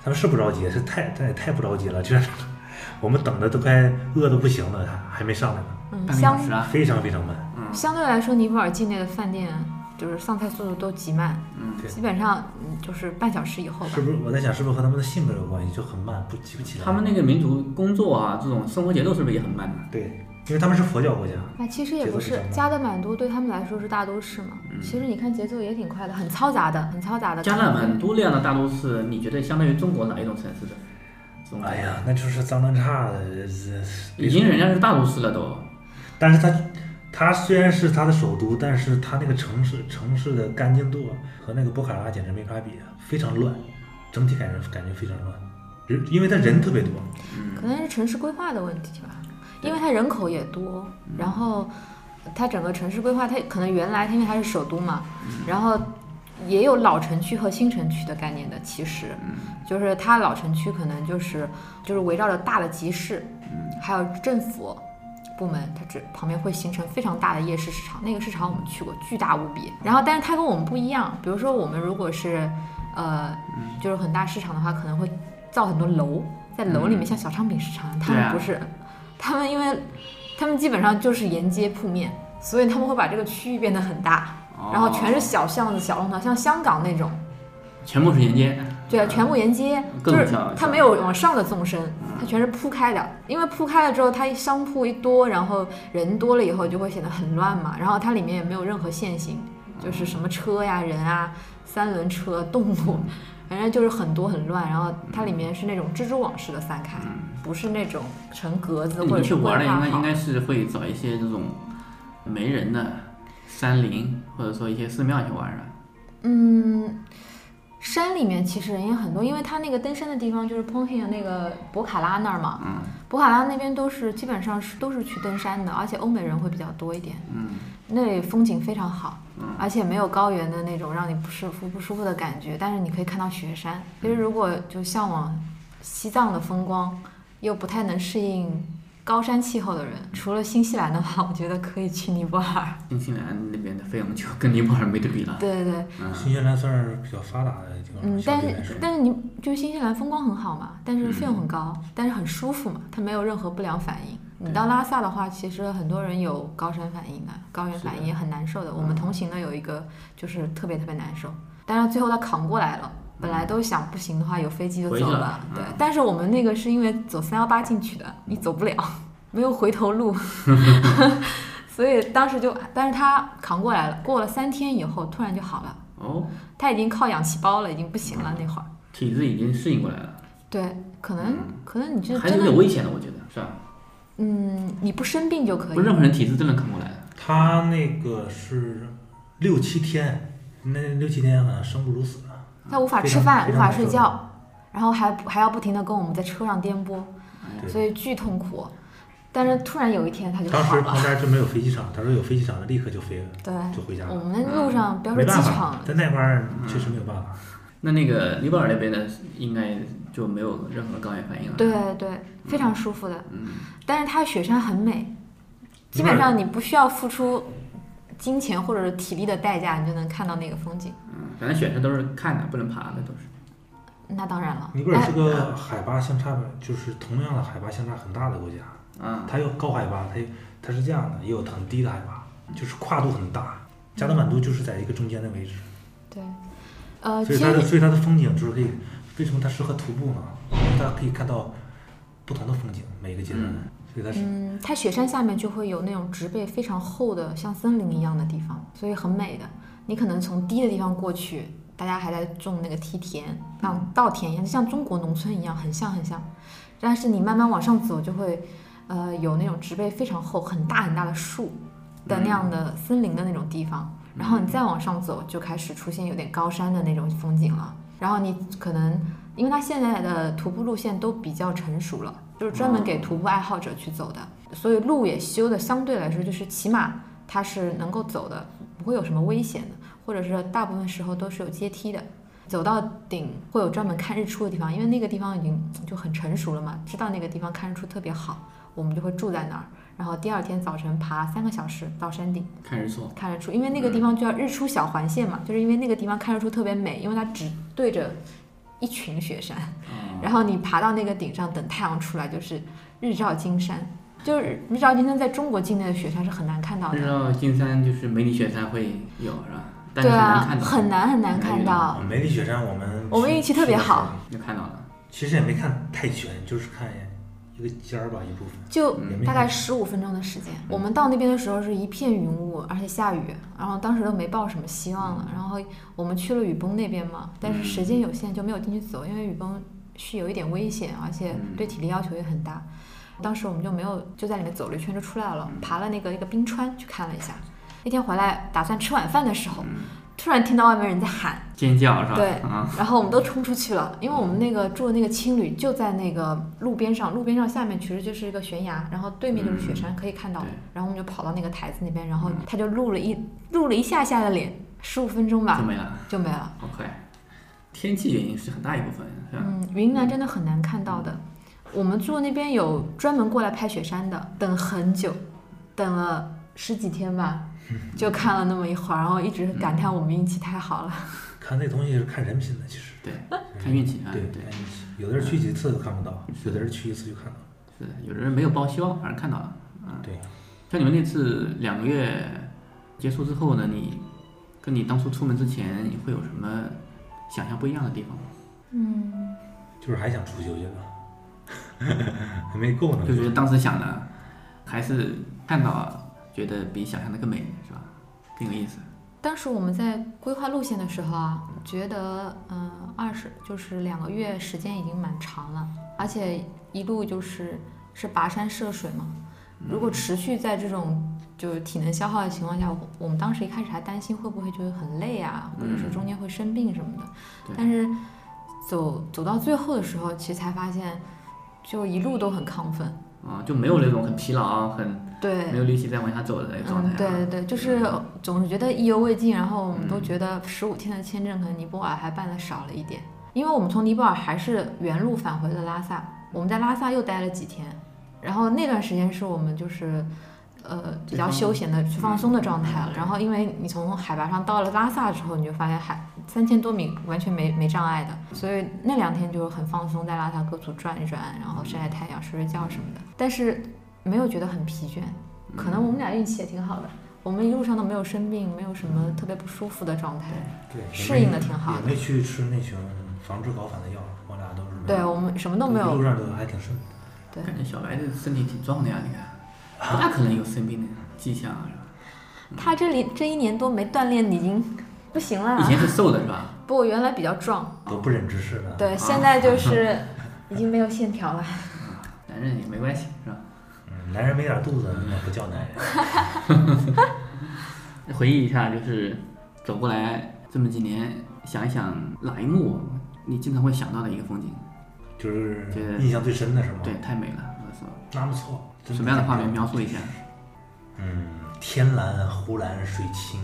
[SPEAKER 2] 他们是不着急，是太太太不着急了，就是 我们等的都快饿的不行了，还还没上来呢，
[SPEAKER 3] 嗯，相
[SPEAKER 2] 非常非常慢。
[SPEAKER 3] 相对来说，尼泊尔境内的饭店就是上菜速度都极慢，
[SPEAKER 2] 嗯对
[SPEAKER 3] 基本上嗯就是半小时以后吧。
[SPEAKER 2] 是不是？我在想，是不是和他们的性格有关系，就很慢，不急不起来。
[SPEAKER 1] 他们那个民族工作啊，这种生活节奏是不是也很慢呢？
[SPEAKER 2] 对，因为他们是佛教国家。
[SPEAKER 3] 啊，其实也
[SPEAKER 2] 节奏
[SPEAKER 3] 不
[SPEAKER 2] 比较
[SPEAKER 3] 是，
[SPEAKER 2] 慢
[SPEAKER 3] 加德满都对他们来说是大都市嘛。其实你看节奏也挺快的，很嘈杂的，很嘈杂的。
[SPEAKER 1] 加勒满都这样的大都市，你觉得相当于中国哪一种城市的？这种
[SPEAKER 2] 哎呀，那就是脏乱差的，这
[SPEAKER 1] 已经人家是大都市了都。
[SPEAKER 2] 但是它，它虽然是它的首都，但是它那个城市城市的干净度啊和那个博卡拉简直没法比，啊，非常乱，整体感觉感觉非常乱，人因为它人特别多，
[SPEAKER 1] 嗯
[SPEAKER 3] 可能是城市规划的问题吧，因为它人口也多，然后它整个城市规划，它可能原来它因为它是首都嘛，然后也有老城区和新城区的概念的，其实就是它老城区可能就是就是围绕着大的集市，还有政府。部门，它这旁边会形成非常大的夜市市场，那个市场我们去过，巨大无比。然后，但是它跟我们不一样，比如说我们如果是，呃，就是很大市场的话，可能会造很多楼，在楼里面像小商品市场，他
[SPEAKER 1] 对
[SPEAKER 3] 们
[SPEAKER 1] 啊
[SPEAKER 3] 不是，他们因为他们基本上就是沿街铺面，所以他们会把这个区域变得很大，然后全是小巷子、小弄堂，像香港那种，
[SPEAKER 1] 全部是沿街。
[SPEAKER 3] 对，啊全部沿街，
[SPEAKER 1] 各
[SPEAKER 3] 就
[SPEAKER 1] 种
[SPEAKER 3] 是
[SPEAKER 1] 小
[SPEAKER 3] 它没有往上的纵深，它全是铺开的。因为铺开了之后，它一商铺一多，然后人多了以后就会显得很乱嘛。然后它里面也没有任何限行，就是什么车呀、人啊、三轮车、动物，反正就是很多很乱。然后它里面是那种蜘蛛网式的散开，不是那种成格子
[SPEAKER 1] 嗯那你
[SPEAKER 3] 或者
[SPEAKER 1] 去
[SPEAKER 3] 是
[SPEAKER 1] 玩的
[SPEAKER 3] 规划
[SPEAKER 1] 应该应
[SPEAKER 3] 好。
[SPEAKER 1] 该是会找一些这种没人的山林，或者说一些寺庙去玩啊的。
[SPEAKER 3] 嗯，山里面其实人也很多，因为它那个登山的地方就是 p o n t i n 那个博卡拉那儿嘛。
[SPEAKER 1] 嗯
[SPEAKER 3] 博卡拉那边都是基本上是都是去登山的，而且欧美人会比较多一点。
[SPEAKER 1] 嗯，
[SPEAKER 3] 那里风景非常好
[SPEAKER 1] 嗯，
[SPEAKER 3] 而且没有高原的那种让你不舒服不舒服的感觉，但是你可以看到雪
[SPEAKER 1] 嗯
[SPEAKER 3] 山。其实如果就向往西藏的风光，又不太能适应高山气候的人，除了新西兰的话，我觉得可以去尼 泊尔。
[SPEAKER 1] 新西兰那边的费用就跟尼泊尔没得比了。
[SPEAKER 3] 对对对，
[SPEAKER 1] 嗯
[SPEAKER 2] 新西兰算是比较发达的地方，
[SPEAKER 3] 嗯，
[SPEAKER 2] 相
[SPEAKER 3] 但
[SPEAKER 2] 对来说
[SPEAKER 3] 是但是你就是新西兰风光很好嘛，但
[SPEAKER 1] 嗯
[SPEAKER 3] 是费用很高，但是很舒服嘛，它没有任何不良反应。你
[SPEAKER 1] 嗯
[SPEAKER 3] 到拉萨的话，其实很多人有高山反应的，啊高原反应也很难受的。我
[SPEAKER 1] 嗯
[SPEAKER 3] 们同行的有一个就是特别特别难受，但是最后他扛过来了。本来都想不行的话，有飞机就
[SPEAKER 1] 嗯回去
[SPEAKER 3] 走
[SPEAKER 1] 了
[SPEAKER 3] 了。对
[SPEAKER 1] 嗯，
[SPEAKER 3] 但是我们那个是因为走三幺八进去的，你走不了，没有回 头路。所以当时就，但是他扛过来了，过了三天以后，突然就好了。
[SPEAKER 1] 哦，
[SPEAKER 3] 他已经靠氧气包了，已经不行了那会儿。
[SPEAKER 1] 体质已经适应过来了，
[SPEAKER 3] 对，可能、
[SPEAKER 2] 嗯
[SPEAKER 3] 可能你这
[SPEAKER 1] 还是
[SPEAKER 3] 真的
[SPEAKER 1] 有危险的，我觉得是吧？
[SPEAKER 3] 嗯，你不生病就可以。
[SPEAKER 1] 不是任何人体质都能扛过来的。
[SPEAKER 2] 他那个是六七天，那六七天好像生不如死。啊
[SPEAKER 3] 他无法
[SPEAKER 2] 非
[SPEAKER 3] 吃
[SPEAKER 2] 常
[SPEAKER 3] 饭，
[SPEAKER 2] 非
[SPEAKER 3] 无
[SPEAKER 2] 常
[SPEAKER 3] 法
[SPEAKER 2] 难
[SPEAKER 3] 睡
[SPEAKER 2] 受
[SPEAKER 3] 觉，然后还还要不停的跟我们在车上颠簸，
[SPEAKER 2] 对
[SPEAKER 3] 所以巨痛苦。但是突然有一天他就
[SPEAKER 2] 当
[SPEAKER 3] 好
[SPEAKER 2] 时旁
[SPEAKER 3] 了。
[SPEAKER 2] 边就没有飞机场，他说有飞机场的立刻就飞了，
[SPEAKER 3] 对，
[SPEAKER 2] 就回家了。嗯
[SPEAKER 3] 我们那路上不要说
[SPEAKER 2] 没
[SPEAKER 3] 机
[SPEAKER 2] 办
[SPEAKER 3] 场
[SPEAKER 2] 法
[SPEAKER 3] 了，，
[SPEAKER 2] 在那边儿确实没有办法。
[SPEAKER 1] 那那个尼泊尔那边的应该就没有任何高原反应了。
[SPEAKER 3] 对对，非常舒服的。
[SPEAKER 1] 嗯，
[SPEAKER 3] 但是它雪山很美，
[SPEAKER 1] 尼
[SPEAKER 3] 基
[SPEAKER 1] 泊
[SPEAKER 3] 本
[SPEAKER 1] 尔
[SPEAKER 3] 上你不需要付出金钱或者是体力的代价，你就能看到那个风景。
[SPEAKER 1] 嗯，反正选山都是看的，不能爬的都是。
[SPEAKER 3] 那当然了，哎
[SPEAKER 2] 尼泊尔是
[SPEAKER 3] 嗯
[SPEAKER 2] 个海拔相差就是同样的海拔相差很大的国家，
[SPEAKER 1] 啊，
[SPEAKER 2] 它有高海拔，它有它是这样的，也有很低的海拔，就是跨度很大。加德满都就是在一个中间的位置，
[SPEAKER 3] 对，呃，
[SPEAKER 2] 所以
[SPEAKER 3] 其
[SPEAKER 2] 它的
[SPEAKER 3] 实
[SPEAKER 2] 所以它的风景就是可以，为什么它适合徒步呢？因为它可以看到不同的风景，每个阶段，所以它是
[SPEAKER 3] 嗯，它雪山下面就会有那种植被非常厚的，像森林一样的地方，所以很美的。你可能从低的地方过去，大家还在种那个梯田，
[SPEAKER 2] 嗯
[SPEAKER 3] 像稻田一样，就像中国农村一样，很像很像。但是你慢慢往上走，就会，呃，有那种植被非常厚、很大很大的树的那样的森林的那种地方。然后你再往上走，就开始出现有点高山的那种风景了。然后你可能，因为它现在的徒步路线都比较成熟了，就是专门给徒步爱好者去走的，所以路也修的相对来说就是起码它是能够走的，不会有什么危险的，或者是大部分时候都是有阶梯的。走到顶会有专门看日出的地方，因为那个地方已经就很成熟了嘛，知道那个地方看日出特别好，我们就会住在那儿，然后第二天早晨爬三个小时到山顶
[SPEAKER 1] 看日出，
[SPEAKER 3] 看日出，因为那个地方就叫日出小环线嘛，就是因为那个地方看日出特别美，因为它只对着一群雪山，然后你爬到那个顶上等太阳出来就是日照金山，就是日照金山在中国境内的雪山是很难看到
[SPEAKER 1] 日照
[SPEAKER 3] 的，
[SPEAKER 1] 金山就是梅里雪山会有是吧？但
[SPEAKER 3] 对
[SPEAKER 1] 是很难
[SPEAKER 3] 啊
[SPEAKER 1] 看，到，
[SPEAKER 3] 很难很难看到。
[SPEAKER 2] 梅里雪山我们
[SPEAKER 3] 我们运气特别好，
[SPEAKER 1] 就看到了。
[SPEAKER 2] 其实也没看太全，就是看一个尖儿吧，一部分。
[SPEAKER 3] 就
[SPEAKER 2] 也没
[SPEAKER 3] 大
[SPEAKER 2] 看
[SPEAKER 3] 概十五分钟的时间。我们到那边的时候是一片云雾，而且下雨，然后当时都没抱什么希望了。然后我们去了雨崩那边嘛，但是时间有限就没有进去走，因为雨崩是有一点危险，而且对体力要求也很大。当时我们就没有就在里面走了一圈就出来了，爬了那个一个冰川去看了一下。那天回来打算吃晚饭的时候，突然听到外面人在喊，
[SPEAKER 1] 尖叫是吧？
[SPEAKER 3] 对
[SPEAKER 1] 啊，，
[SPEAKER 3] 然后我们都冲出去了，因为我们那个住的那个青旅就在那个路边上，路边上下面其实就是一个悬崖，然后对面就是雪山，可以看
[SPEAKER 1] 嗯
[SPEAKER 3] 到的。然后我们就跑到那个台子那边，然后他就露了一露了一下下的脸，十五分钟吧，
[SPEAKER 1] 就没了，
[SPEAKER 3] 就没了。
[SPEAKER 1] 好快。天气原因是很大一部分，是吧？
[SPEAKER 3] 嗯，云南真的很难看到的。
[SPEAKER 1] 嗯
[SPEAKER 3] 我们住的那边有专门过来拍雪山的，等很久，等了十几天吧，就看了那么一会儿，然后一直感叹我们运气太好了。
[SPEAKER 2] 看那东西是看人品的，其实。
[SPEAKER 1] 对，看运气啊
[SPEAKER 2] 对，
[SPEAKER 1] 对嗯
[SPEAKER 2] 看运气。有的人去几次都看不到，有的人去一次就看到了。
[SPEAKER 1] 是的，有的人没有报希望，反而看到了。嗯，
[SPEAKER 2] 对。
[SPEAKER 1] 像你们那次两个月结束之后呢，你跟你当初出门之前，你会有什么想象不一样的地方吗？
[SPEAKER 3] 嗯，
[SPEAKER 2] 就是还想出去，我觉 得还没够呢。
[SPEAKER 1] 就觉得当时想的还是看到啊觉得比想象的更美，是吧？更有意思。
[SPEAKER 3] 当时我们在规划路线的时候啊，觉得嗯，二十就是两个月时间已经蛮长了，而且一路就是是跋山涉水嘛。
[SPEAKER 1] 嗯
[SPEAKER 3] 如果持续在这种就是体能消耗的情况下，我我们当时一开始还担心会不会就是很累啊，或者是
[SPEAKER 1] 嗯
[SPEAKER 3] 中间会生病什么的。
[SPEAKER 1] 对
[SPEAKER 3] 但是走走到最后的时候，其实才发现，就一路都很亢奋。
[SPEAKER 1] 啊，就没有那种很疲劳、很
[SPEAKER 3] 对
[SPEAKER 1] 没有力气再往下走的那个状态、
[SPEAKER 3] 嗯，
[SPEAKER 1] 啊嗯
[SPEAKER 3] 对对对，就是总是觉得意犹未尽，然后我们都觉得十五天的签证可能尼泊尔还办的少了一点，因为我们从尼泊尔还是原路返回的拉萨，我们在拉萨又待了几天，然后那段时间是我们就是。呃，比较休闲的、去放松的状
[SPEAKER 1] 嗯
[SPEAKER 3] 态了。然后，因为你从海拔上到了拉萨之后，你就发现海三千多米完全没没障碍的，所以那两天就很放松，在拉萨各处转一转，然后晒晒太阳、睡睡觉什么的。但是没有觉得很疲倦，可能我们俩运气也挺好的，我们一路上都没有生病，没有什么特别不舒服的状态，
[SPEAKER 2] 嗯对，
[SPEAKER 3] 适应的挺好
[SPEAKER 2] 也
[SPEAKER 3] 的
[SPEAKER 2] 没。去吃那群防治高反的药，我俩都是没有
[SPEAKER 3] 对我们什么都没有
[SPEAKER 2] 一路上都还挺顺的。
[SPEAKER 3] 对，
[SPEAKER 1] 感觉小白这身体挺壮的呀，你 看，不大可能有生病的迹象啊，是吧？
[SPEAKER 3] 他这里这一年多没锻炼，已经不行了
[SPEAKER 1] 以。前是瘦的是吧？
[SPEAKER 3] 不，我原来比较壮，
[SPEAKER 2] 都不忍直视了。
[SPEAKER 3] 对，现在就是已经没有线条了。
[SPEAKER 1] 男人也没关系是吧？
[SPEAKER 2] 嗯，男人没点肚子那不 叫男人。
[SPEAKER 1] 回忆一下，就是走过来这么几年，想一想哪一幕你经常会想到的一个风景，
[SPEAKER 2] 就是
[SPEAKER 1] 觉得
[SPEAKER 2] 印象最深的是吗
[SPEAKER 1] 对，太美了，我操！
[SPEAKER 2] 那不错，真
[SPEAKER 1] 什么样的画面描述一下？
[SPEAKER 2] 嗯，天蓝、湖蓝、水清，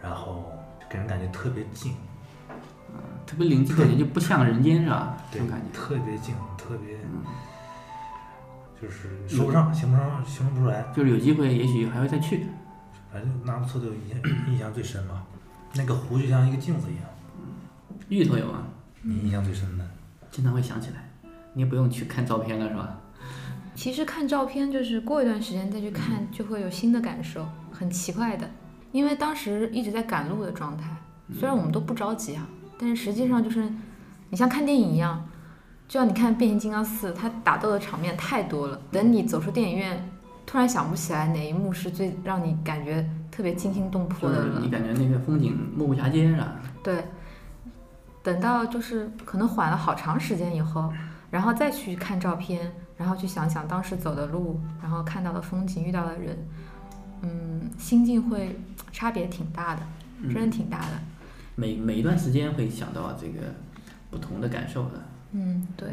[SPEAKER 2] 然后就给人感觉特别静，
[SPEAKER 1] 特别宁静，感觉就不像人间是吧？这
[SPEAKER 2] 对
[SPEAKER 1] 种感觉，，
[SPEAKER 2] 特别静，特别，
[SPEAKER 1] 嗯
[SPEAKER 2] 就是说不上，形不上，形容不出来。
[SPEAKER 1] 就是有机会也许还会再去。
[SPEAKER 2] 反正纳木错对我印象 印象最深吧，那个湖就像一个镜子一样。
[SPEAKER 1] 芋头有吗？
[SPEAKER 2] 你印象最深的？
[SPEAKER 1] 经常会想起来，你也不用去看照片了是吧？
[SPEAKER 3] 其实看照片就是过一段时间再去
[SPEAKER 1] 嗯
[SPEAKER 3] 看，就会有新的感受，很奇怪的。因为当时一直在赶路的状态，虽然我们都不着急啊，但是实际上就是你像看电影一样，就像你看《变形金刚四》，它打斗的场面太多了。等你走出电影院，突然想不起来哪一幕是最让你感觉特别惊心动魄
[SPEAKER 1] 就
[SPEAKER 3] 的
[SPEAKER 1] 是
[SPEAKER 3] 了
[SPEAKER 1] 你。感觉那个风景目不暇接是吧？
[SPEAKER 3] 对，等到就是可能缓了好长时间以后，然后再去看照片，然后去想想当时走的路，然后看到的风景、遇到的人，嗯，心境会差别挺大的，真的挺大的。
[SPEAKER 1] 每每一段时间会想到这个不同的感受的。
[SPEAKER 3] 嗯，对，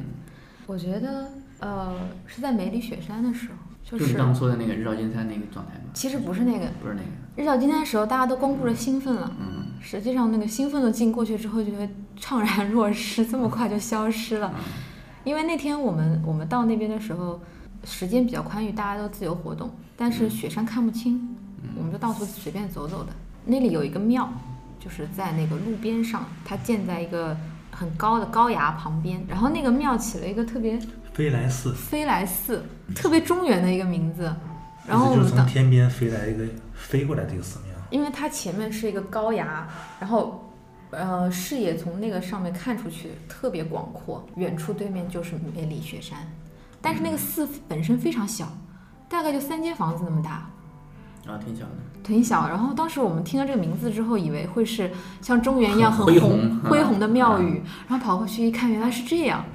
[SPEAKER 3] 我觉得呃是在梅里雪山的时候，就
[SPEAKER 1] 你
[SPEAKER 3] 是
[SPEAKER 1] 刚刚说的那个日照金山那个状态吗？
[SPEAKER 3] 其实不是那个
[SPEAKER 1] 不是那个，
[SPEAKER 3] 日照金山的时候，大家都光顾着兴奋了。
[SPEAKER 1] 嗯，
[SPEAKER 3] 实际上那个兴奋的劲过去之后，就会怅
[SPEAKER 2] 嗯
[SPEAKER 3] 然若失，这么快就消失了。因为那天我们我们到那边的时候，时间比较宽裕，大家都自由活动，但
[SPEAKER 2] 嗯
[SPEAKER 3] 是雪山看不清，我们就到处随便走走的。那里有一个庙，就是在那个路边上，它建在一个很高的高崖旁边，然后那个庙起了一个特别
[SPEAKER 2] 飞来寺，
[SPEAKER 3] 飞来寺，特别中原的一个名字。然后
[SPEAKER 2] 意
[SPEAKER 3] 我
[SPEAKER 2] 思就是
[SPEAKER 3] 们
[SPEAKER 2] 从
[SPEAKER 3] 当，
[SPEAKER 2] 天边飞来一个飞过来的一个寺庙，
[SPEAKER 3] 因为它前面是一个高崖，然后。呃，视野从那个上面看出去特别广阔，远处对面就是梅里雪山，但是那个寺
[SPEAKER 1] 嗯
[SPEAKER 3] 本身非常小，大概就三间房子那么大，
[SPEAKER 1] 啊，挺小的，
[SPEAKER 3] 很小。然后当时我们听到这个名字之后，以为会是像中原一样很
[SPEAKER 1] 很恢
[SPEAKER 3] 红
[SPEAKER 1] 宏嗯
[SPEAKER 3] 恢宏的庙宇，然后跑过去一看，原来是这样，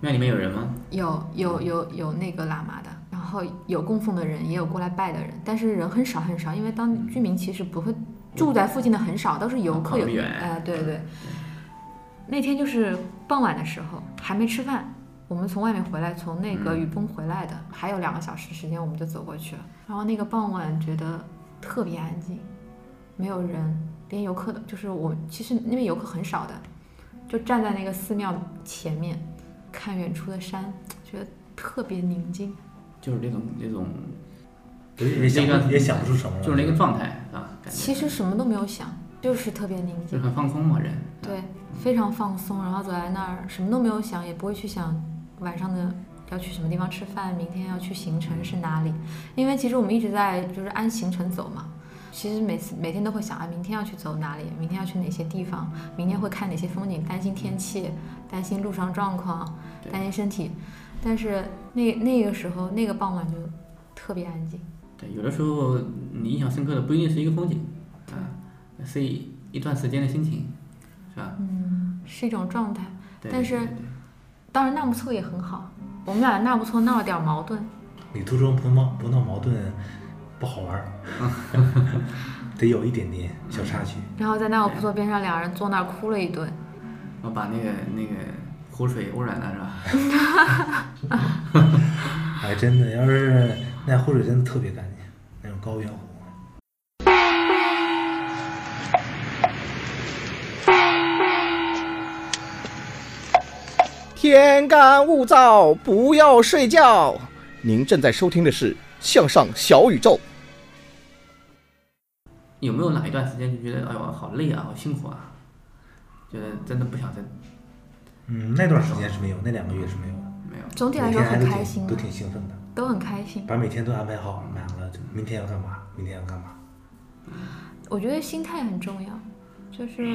[SPEAKER 1] 那里面有人吗？
[SPEAKER 3] 有有有有那个喇嘛的，然后有供奉的人，也有过来拜的人，但是人很少很少，因为当地居民其实不会住在附近的很少，都是游
[SPEAKER 1] 跑
[SPEAKER 3] 客
[SPEAKER 1] 得
[SPEAKER 3] 有，
[SPEAKER 1] 远
[SPEAKER 3] 哎、对对。那天就是傍晚的时候，还没吃饭，我们从外面回来，从那个雨崩回来的，还有两个小时时间，我们就走过去了。然后那个傍晚觉得特别安静，没有人，连游客的，就是我其实那边游客很少的，就站在那个寺庙前面看远处的山，觉得特别宁静。
[SPEAKER 1] 就是那种那种，
[SPEAKER 2] 也也想不
[SPEAKER 1] 那个
[SPEAKER 2] 也想不出什么来
[SPEAKER 1] 就是那个状态啊，感觉嗯
[SPEAKER 3] 其实什么都没有想，就是特别宁
[SPEAKER 1] 就
[SPEAKER 3] 静
[SPEAKER 1] 是，很放松嘛，人啊
[SPEAKER 3] 对，非常放松。然后走在那儿，什么都没有想，也不会去想晚上的要去什么地方吃饭，明天要去行程是哪里。因为其实我们一直在就是按行程走嘛。其实每次每天都会想啊，明天要去走哪里，明天要去哪些地方，明天会看哪些风景，担心天气，担心路上状况，担心身体。但是那那个时候，那个傍晚就特别安静。
[SPEAKER 1] 对，有的时候你印象深刻的不一定是一个风景，啊，是一一段时间的心情，是吧？
[SPEAKER 3] 嗯，是一种状态。
[SPEAKER 1] 对
[SPEAKER 3] 但是，当然纳木错也很好。我们俩纳木错闹了点矛盾，
[SPEAKER 2] 旅途中不闹不闹矛盾不好玩儿， 得有一点点小插曲。
[SPEAKER 3] 然后在纳木错边上，两人坐那儿哭了一顿。
[SPEAKER 1] 我把那个那个湖水污染了，是吧？
[SPEAKER 2] 哎，真的，要是那湖水真的特别干净，那种高原湖。
[SPEAKER 6] 天干物燥，不要睡觉。您正在收听的是《向上小宇宙》。
[SPEAKER 1] 有没有哪一段时间就觉得哎呦好累啊，好辛苦啊，觉得真的不想再
[SPEAKER 2] 嗯，那段时间是没有，那两个月是没有的。
[SPEAKER 1] 没有
[SPEAKER 3] 总体来
[SPEAKER 2] 每
[SPEAKER 3] 说
[SPEAKER 2] 天还
[SPEAKER 3] 很
[SPEAKER 2] 都
[SPEAKER 3] 开
[SPEAKER 2] 挺
[SPEAKER 3] 心啊
[SPEAKER 2] 都，挺兴奋的，
[SPEAKER 3] 都很开心。
[SPEAKER 2] 把每天都安排好，满了，就明天要干嘛，明天要干嘛。
[SPEAKER 3] 我觉得心态很重要，就是，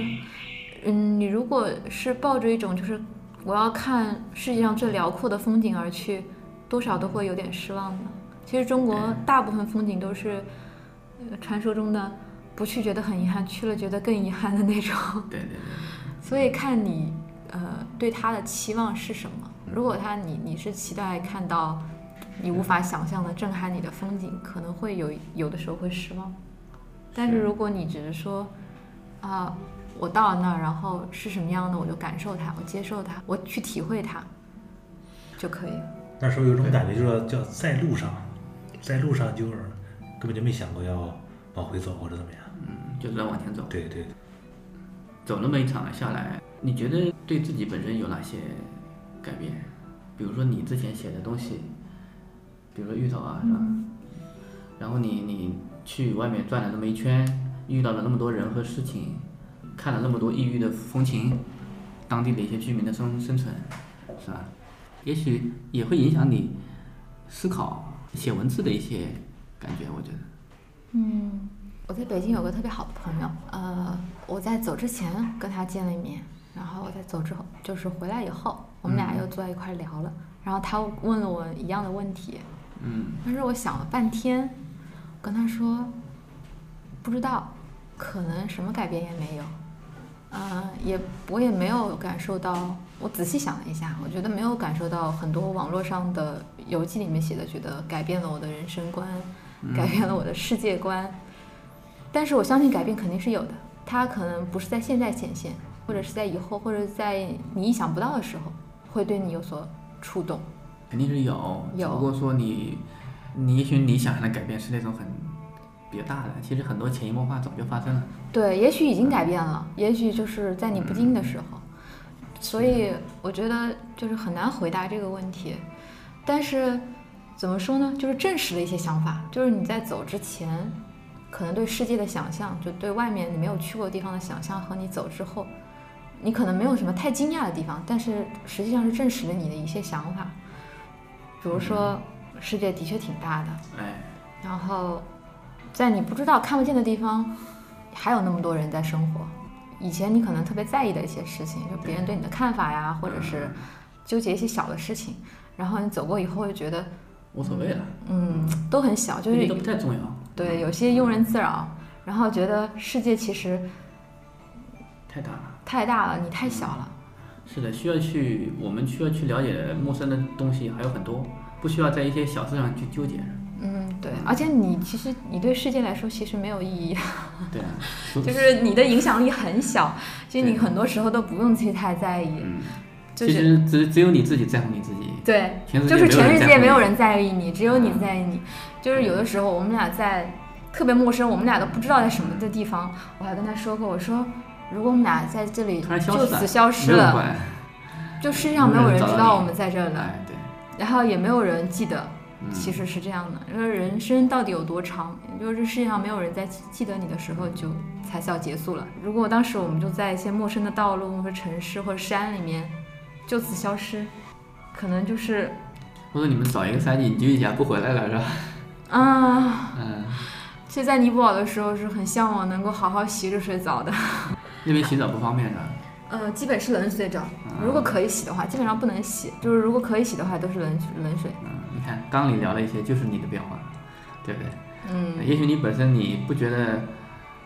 [SPEAKER 3] 嗯，你如果是抱着一种就是我要看世界上最辽阔的风景而去，多少都会有点失望的。其实中国大部分风景都是呃传说中的不去觉得很遗憾，去了觉得更遗憾的那种。
[SPEAKER 1] 对对对，
[SPEAKER 3] 所以看你呃对他的期望是什么。如果他你你是期待看到你无法想象的震撼你的风景，可能会有有的时候会失望。但是如果你只是说啊、我到了那儿，然后是什么样的，我就感受它，我接受它，我去体会它就可以了。
[SPEAKER 2] 那时候有种感觉，就是说叫在路上，在路上就是根本就没想过要往回走或者怎么样。
[SPEAKER 1] 嗯就是要往前走。
[SPEAKER 2] 对对，
[SPEAKER 3] 嗯
[SPEAKER 1] 走那么一场下来，你觉得对自己本身有哪些改变？比如说你之前写的东西，比如说芋头啊，是吧？然后你你去外面转了那么一圈，遇到了那么多人和事情，看了那么多异域的风情，当地的一些居民的生生存，是吧？也许也会影响你思考写文字的一些感觉，我觉得。
[SPEAKER 3] 嗯，我在北京有个特别好的朋友，呃，我在走之前跟他见了一面，然后我在走之后，就是回来以后，我们俩
[SPEAKER 1] 嗯
[SPEAKER 3] 又坐在一块儿聊了，然后他问了我一样的问题，
[SPEAKER 1] 嗯
[SPEAKER 3] 但是我想了半天，我跟他说，不知道，可能什么改变也没有，呃，也我也没有感受到。我仔细想了一下，我觉得没有感受到很多网络上的游记里面写的，觉得改变了我的人生观，
[SPEAKER 1] 嗯
[SPEAKER 3] 改变了我的世界观。但是我相信改变肯定是有的，它可能不是在现在显现，或者是在以后，或者在你意想不到的时候，会对你有所触动。
[SPEAKER 1] 肯定是有，只
[SPEAKER 3] 有
[SPEAKER 1] 不过说你，你也许你想象的改变是那种很比较大的，其实很多潜移默化早就发生了。
[SPEAKER 3] 对，也许已经改变了，也许就是在你不经意的时候，所以我觉得就是很难回答这个问题。但是怎么说呢？就是证实了一些想法，就是你在走之前，可能对世界的想象，就对外面你没有去过的地方的想象，和你走之后，你可能没有什么太惊讶的地方，但是实际上是证实了你的一些想法，比如说世界的确挺大的，
[SPEAKER 1] 哎，
[SPEAKER 3] 然后在你不知道看不见的地方，还有那么多人在生活。以前你可能特别在意的一些事情，就别人对你的看法呀，或者是纠结一些小的事情，然后你走过以后会觉得
[SPEAKER 1] 无所谓了，
[SPEAKER 3] 嗯，都很小，就
[SPEAKER 1] 一
[SPEAKER 3] 是
[SPEAKER 1] 点都不太重要。
[SPEAKER 3] 对，有些庸人自扰，然后觉得世界其实
[SPEAKER 1] 太大了。
[SPEAKER 3] 太大了，你太小了。
[SPEAKER 1] 是的，需要去我们需要去了解陌生的东西还有很多，不需要在一些小事上去纠 结。
[SPEAKER 3] 嗯，对，而且你其实你对世界来说其实没有意义，
[SPEAKER 1] 对啊，
[SPEAKER 3] 就是你的影响力很小， 其实你很多时候都不用去太在意，就
[SPEAKER 1] 其
[SPEAKER 3] 是
[SPEAKER 1] 实只只有你自己在乎你自己。
[SPEAKER 3] 对
[SPEAKER 1] 全世，界
[SPEAKER 3] 就是全世界没有
[SPEAKER 1] 人在乎你嗯
[SPEAKER 3] 人在意你，只有你在意你。就是有的时候我们俩在特别陌生，我们俩都不知道在什么的地方，我还跟他说过，我说如果我们俩在这里
[SPEAKER 1] 突然消
[SPEAKER 3] 就
[SPEAKER 1] 失了，
[SPEAKER 3] 此消失
[SPEAKER 1] 没有人
[SPEAKER 3] 了，
[SPEAKER 1] 管
[SPEAKER 3] 就世界上没有人知道我们在这儿了
[SPEAKER 1] 哎，对，
[SPEAKER 3] 然后也没有人记得。
[SPEAKER 1] 嗯
[SPEAKER 3] 其实是这样的，因为人生到底有多长？也就是这世界上没有人在记记得你的时候就才叫结束了。如果当时我们就在一些陌生的道路或者城市或者山里面就此消失，可能就是
[SPEAKER 1] 或者你们找一个山隐居一下，不回来了是吧？
[SPEAKER 3] 啊，
[SPEAKER 1] 嗯，
[SPEAKER 3] 其实，在尼泊尔的时候是很向往能够好好洗热水澡的，
[SPEAKER 1] 那边洗澡不方便是吧？
[SPEAKER 3] 呃，基本是冷水澡。 如果可以洗的话，基本上不能洗，就是如果可以洗的话，都是冷冷水。
[SPEAKER 1] 嗯
[SPEAKER 3] 嗯
[SPEAKER 1] 你看，刚你聊了一些，就是你的变化，对不对？
[SPEAKER 3] 嗯
[SPEAKER 1] 也许你本身你不觉得，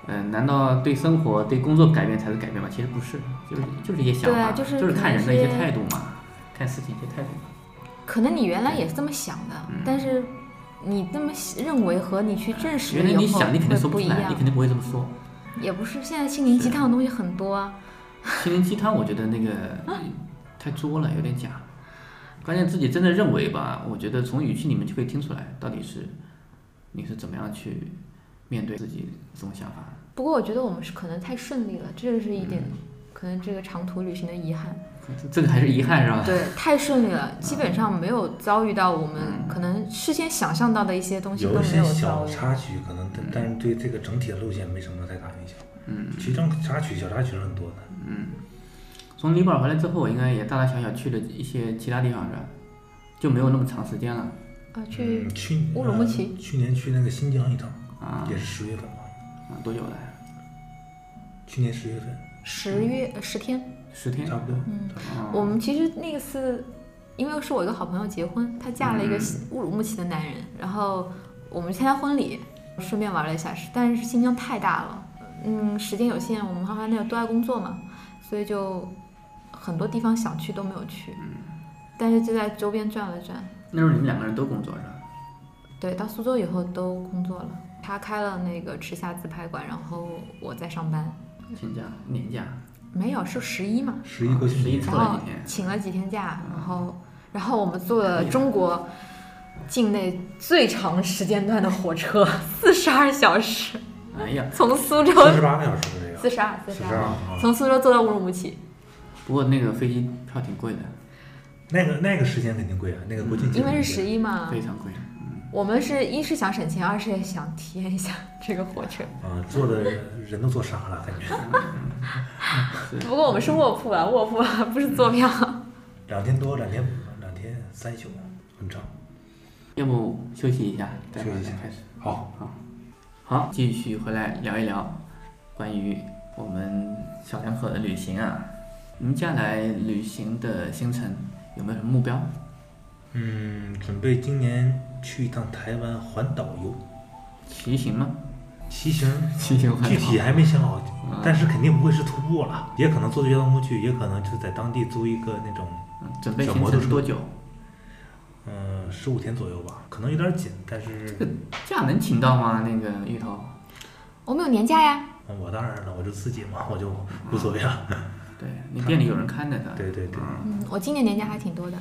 [SPEAKER 1] 呃，难道对生活、对工作改变才是改变吗？其实不是，就是就是一些想
[SPEAKER 3] 对
[SPEAKER 1] 法，
[SPEAKER 3] 啊就
[SPEAKER 1] 是
[SPEAKER 3] 是可能
[SPEAKER 1] 看人的一些
[SPEAKER 3] 是
[SPEAKER 1] 态度嘛，看事情一些态度嘛。
[SPEAKER 3] 可能你原来也是这么想的，但是你这么认为和你去证实
[SPEAKER 1] 原来你
[SPEAKER 3] 以后
[SPEAKER 1] 想，你肯定
[SPEAKER 3] 会
[SPEAKER 1] 说
[SPEAKER 3] 不
[SPEAKER 1] 出
[SPEAKER 3] 一
[SPEAKER 1] 来，
[SPEAKER 3] 样
[SPEAKER 1] 你肯。定不会这么说。
[SPEAKER 3] 也不是，现在心灵鸡汤的东西很多啊。
[SPEAKER 1] 心灵鸡汤，我觉得那 个太作了，有点假。关键自己真的认为吧，我觉得从语气里面就可以听出来，到底是你是怎么样去面对自己这种想法。
[SPEAKER 3] 不过我觉得我们是可能太顺利了，这是一点，可能这个长途旅行的遗憾。
[SPEAKER 1] 这个还是遗憾 是吧？
[SPEAKER 3] 对，太顺利了，基本上没有遭遇到我们可能事先想象到的一些东西都
[SPEAKER 2] 嗯有一
[SPEAKER 3] 没
[SPEAKER 2] 些
[SPEAKER 3] 有
[SPEAKER 2] 小
[SPEAKER 3] 遭遇。
[SPEAKER 2] 插曲，可能但但是对这个整体的路线没什么太大影响。
[SPEAKER 1] 嗯，
[SPEAKER 2] 其实这种插曲、小插曲是很多的。
[SPEAKER 1] 嗯，从尼泊尔回来之后，应该也大大小小去了一些其他地方是吧？就没有那么长时间了。
[SPEAKER 3] 啊，去
[SPEAKER 2] 嗯去
[SPEAKER 3] 乌鲁木齐
[SPEAKER 2] 呃去年去那个新疆一趟，
[SPEAKER 1] 啊
[SPEAKER 2] 也是十月份吧。
[SPEAKER 1] 啊，多久了？
[SPEAKER 2] 去年十月份，
[SPEAKER 3] 十月呃十天，
[SPEAKER 1] 十天，
[SPEAKER 2] 差不多。
[SPEAKER 3] 嗯
[SPEAKER 1] 啊
[SPEAKER 3] 我们其实那次，因为是我一个好朋友结婚，她嫁了一个
[SPEAKER 1] 嗯
[SPEAKER 3] 乌鲁木齐的男人，然后我们参加婚礼，顺便玩了一下。但是新疆太大了，嗯，时间有限，我们后来那个都在工作嘛，所以就很多地方想去都没有去，
[SPEAKER 2] 嗯
[SPEAKER 3] 但是就在周边转了转。
[SPEAKER 1] 那时候你们两个人都工作是吧？
[SPEAKER 3] 对，到苏州以后都工作了，他开了那个池下自拍馆，然后我在上班。
[SPEAKER 1] 请假年假，
[SPEAKER 3] 没有，是十一嘛，
[SPEAKER 2] 十一国庆
[SPEAKER 1] 十一
[SPEAKER 2] 节
[SPEAKER 1] 凑
[SPEAKER 3] 然后
[SPEAKER 1] 了几天。嗯哎
[SPEAKER 3] 请了几天假，然后然后我们坐了中国境内最长时间段的火车，四十二小时，
[SPEAKER 1] 哎呀，
[SPEAKER 3] 从苏州
[SPEAKER 2] 四十八个小时的这个，
[SPEAKER 3] 四十二四
[SPEAKER 2] 四
[SPEAKER 3] 十
[SPEAKER 2] 十二
[SPEAKER 3] 二，
[SPEAKER 2] 啊。
[SPEAKER 3] 从苏州坐到乌鲁木齐，
[SPEAKER 1] 不过那个飞机票挺贵的，
[SPEAKER 2] 那个那个时间肯定贵啊，那个国
[SPEAKER 1] 嗯
[SPEAKER 2] 庆节
[SPEAKER 3] 因为是
[SPEAKER 2] 肯定贵
[SPEAKER 3] 十一嘛
[SPEAKER 1] 非，常贵。
[SPEAKER 3] 我们是一是想省钱，二是也想体验一下这个火车。
[SPEAKER 2] 啊，坐的人都坐傻了，感觉
[SPEAKER 3] 不过我们是卧铺啊，卧铺啊，不是坐票。
[SPEAKER 1] 嗯
[SPEAKER 2] 两天多，两天两天三宿，很长。
[SPEAKER 1] 要不休息一下，待会儿
[SPEAKER 2] 休息
[SPEAKER 1] 再
[SPEAKER 2] 一下
[SPEAKER 1] 开始。
[SPEAKER 2] 好，
[SPEAKER 1] 好，好，继续回来聊一聊关于我们小两口的旅行啊。你们接下来旅行的行程有没有什么目标？
[SPEAKER 2] 嗯，准备今年去一趟台湾环岛游，
[SPEAKER 1] 骑行吗？
[SPEAKER 2] 骑行，
[SPEAKER 1] 骑行环岛嗯
[SPEAKER 2] 具体还没想好，但是肯定不会是徒步了，也可能坐交通工具，也可能就在当地租一个那种
[SPEAKER 1] 嗯准备
[SPEAKER 2] 小
[SPEAKER 1] 行
[SPEAKER 2] 摩托
[SPEAKER 1] 程
[SPEAKER 2] 车
[SPEAKER 1] 多久？
[SPEAKER 2] 嗯，十五天左右吧，可能有点紧，但是
[SPEAKER 1] 这假能请到吗？那个芋头，
[SPEAKER 3] 我们有年假呀，
[SPEAKER 2] 嗯我当然了，我就自己嘛，我就无所谓了。
[SPEAKER 1] 对你店里有人看着的。
[SPEAKER 2] 对对对，
[SPEAKER 3] 嗯，我今年年假还挺多的。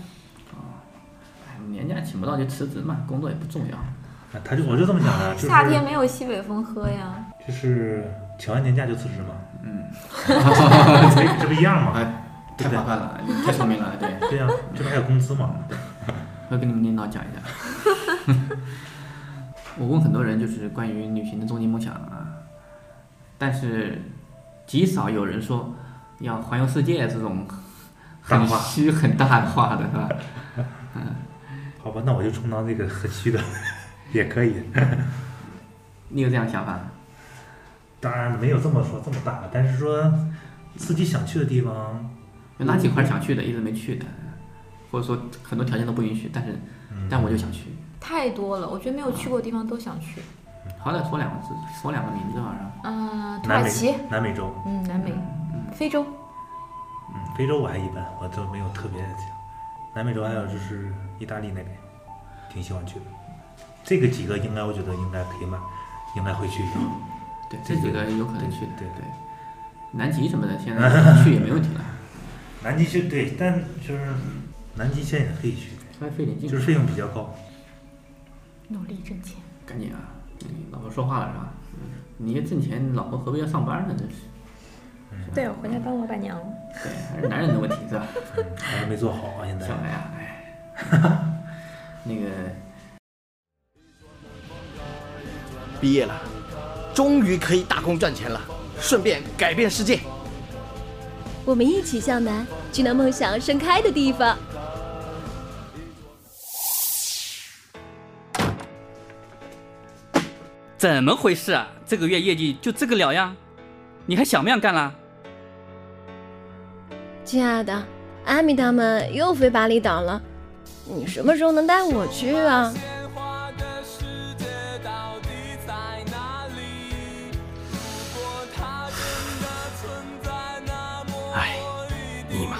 [SPEAKER 1] 哎年假请不到就辞职嘛，工作也不重要。
[SPEAKER 2] 啊他就我就这么想的，就是
[SPEAKER 3] 夏天没有西北风喝呀，
[SPEAKER 2] 就是请完年假就辞职嘛，
[SPEAKER 1] 嗯， 哎
[SPEAKER 2] 这不一样吗？
[SPEAKER 1] 哎，太麻烦了，你太聪明了，对。
[SPEAKER 2] 对呀、这不还有工资吗？
[SPEAKER 1] 要跟你们领导讲一下。 我问很多人就是关于旅行的终极梦想啊，但是极少有人说要环游世界这种很
[SPEAKER 2] 大话
[SPEAKER 1] 虚很大的话的是吧？嗯，
[SPEAKER 2] 好吧，那我就充当这个很虚的，也可以。
[SPEAKER 1] 你有这样想法？
[SPEAKER 2] 当然没有这么说这么大，但是说自己想去的地方，
[SPEAKER 1] 有哪几块想去的，一直没去的，或者说很多条件都不允许，但是但我就想去。
[SPEAKER 3] 太多了，我觉得没有去过的地方都想去。
[SPEAKER 1] 好歹说两个字，说两个名字嘛，是吧？
[SPEAKER 3] 嗯、土
[SPEAKER 2] 南
[SPEAKER 3] 耳
[SPEAKER 2] 美
[SPEAKER 3] 其，
[SPEAKER 2] 南美洲，
[SPEAKER 3] 嗯，南美，非洲，
[SPEAKER 2] 嗯，非洲我还一般，我都没有特别的想。南美洲还有就是意大利那边，挺喜欢去的。这个几个应该我觉得应该可以买，应该会去的。
[SPEAKER 1] 对，这几个有可能去的。
[SPEAKER 2] 对对，
[SPEAKER 1] 南极什么的，现在去也没问题了。
[SPEAKER 2] 南极是对，但就是南极现在也可以去，
[SPEAKER 1] 稍微费点劲，
[SPEAKER 2] 就是费用比较高。
[SPEAKER 3] 努力挣钱。
[SPEAKER 1] 赶紧啊！嗯老婆说话了是吧？嗯你一挣钱，老婆何必要上班呢？真是，
[SPEAKER 7] 对，我回家当老板娘了。
[SPEAKER 1] 对，还是男人的问题是吧？
[SPEAKER 2] 还是没做好啊，现在。
[SPEAKER 1] 小白啊，哎， 那个
[SPEAKER 6] 毕业了，终于可以打工赚钱了，顺便改变世界。
[SPEAKER 5] 我们一起向南，去那梦想盛开的地方。
[SPEAKER 8] 怎么回事啊？这个月业绩就这个了呀？你还想不想干啦？
[SPEAKER 7] 亲爱的，阿米他们又飞巴厘岛了，你什么时候能带我去啊？
[SPEAKER 6] 唉，尼玛，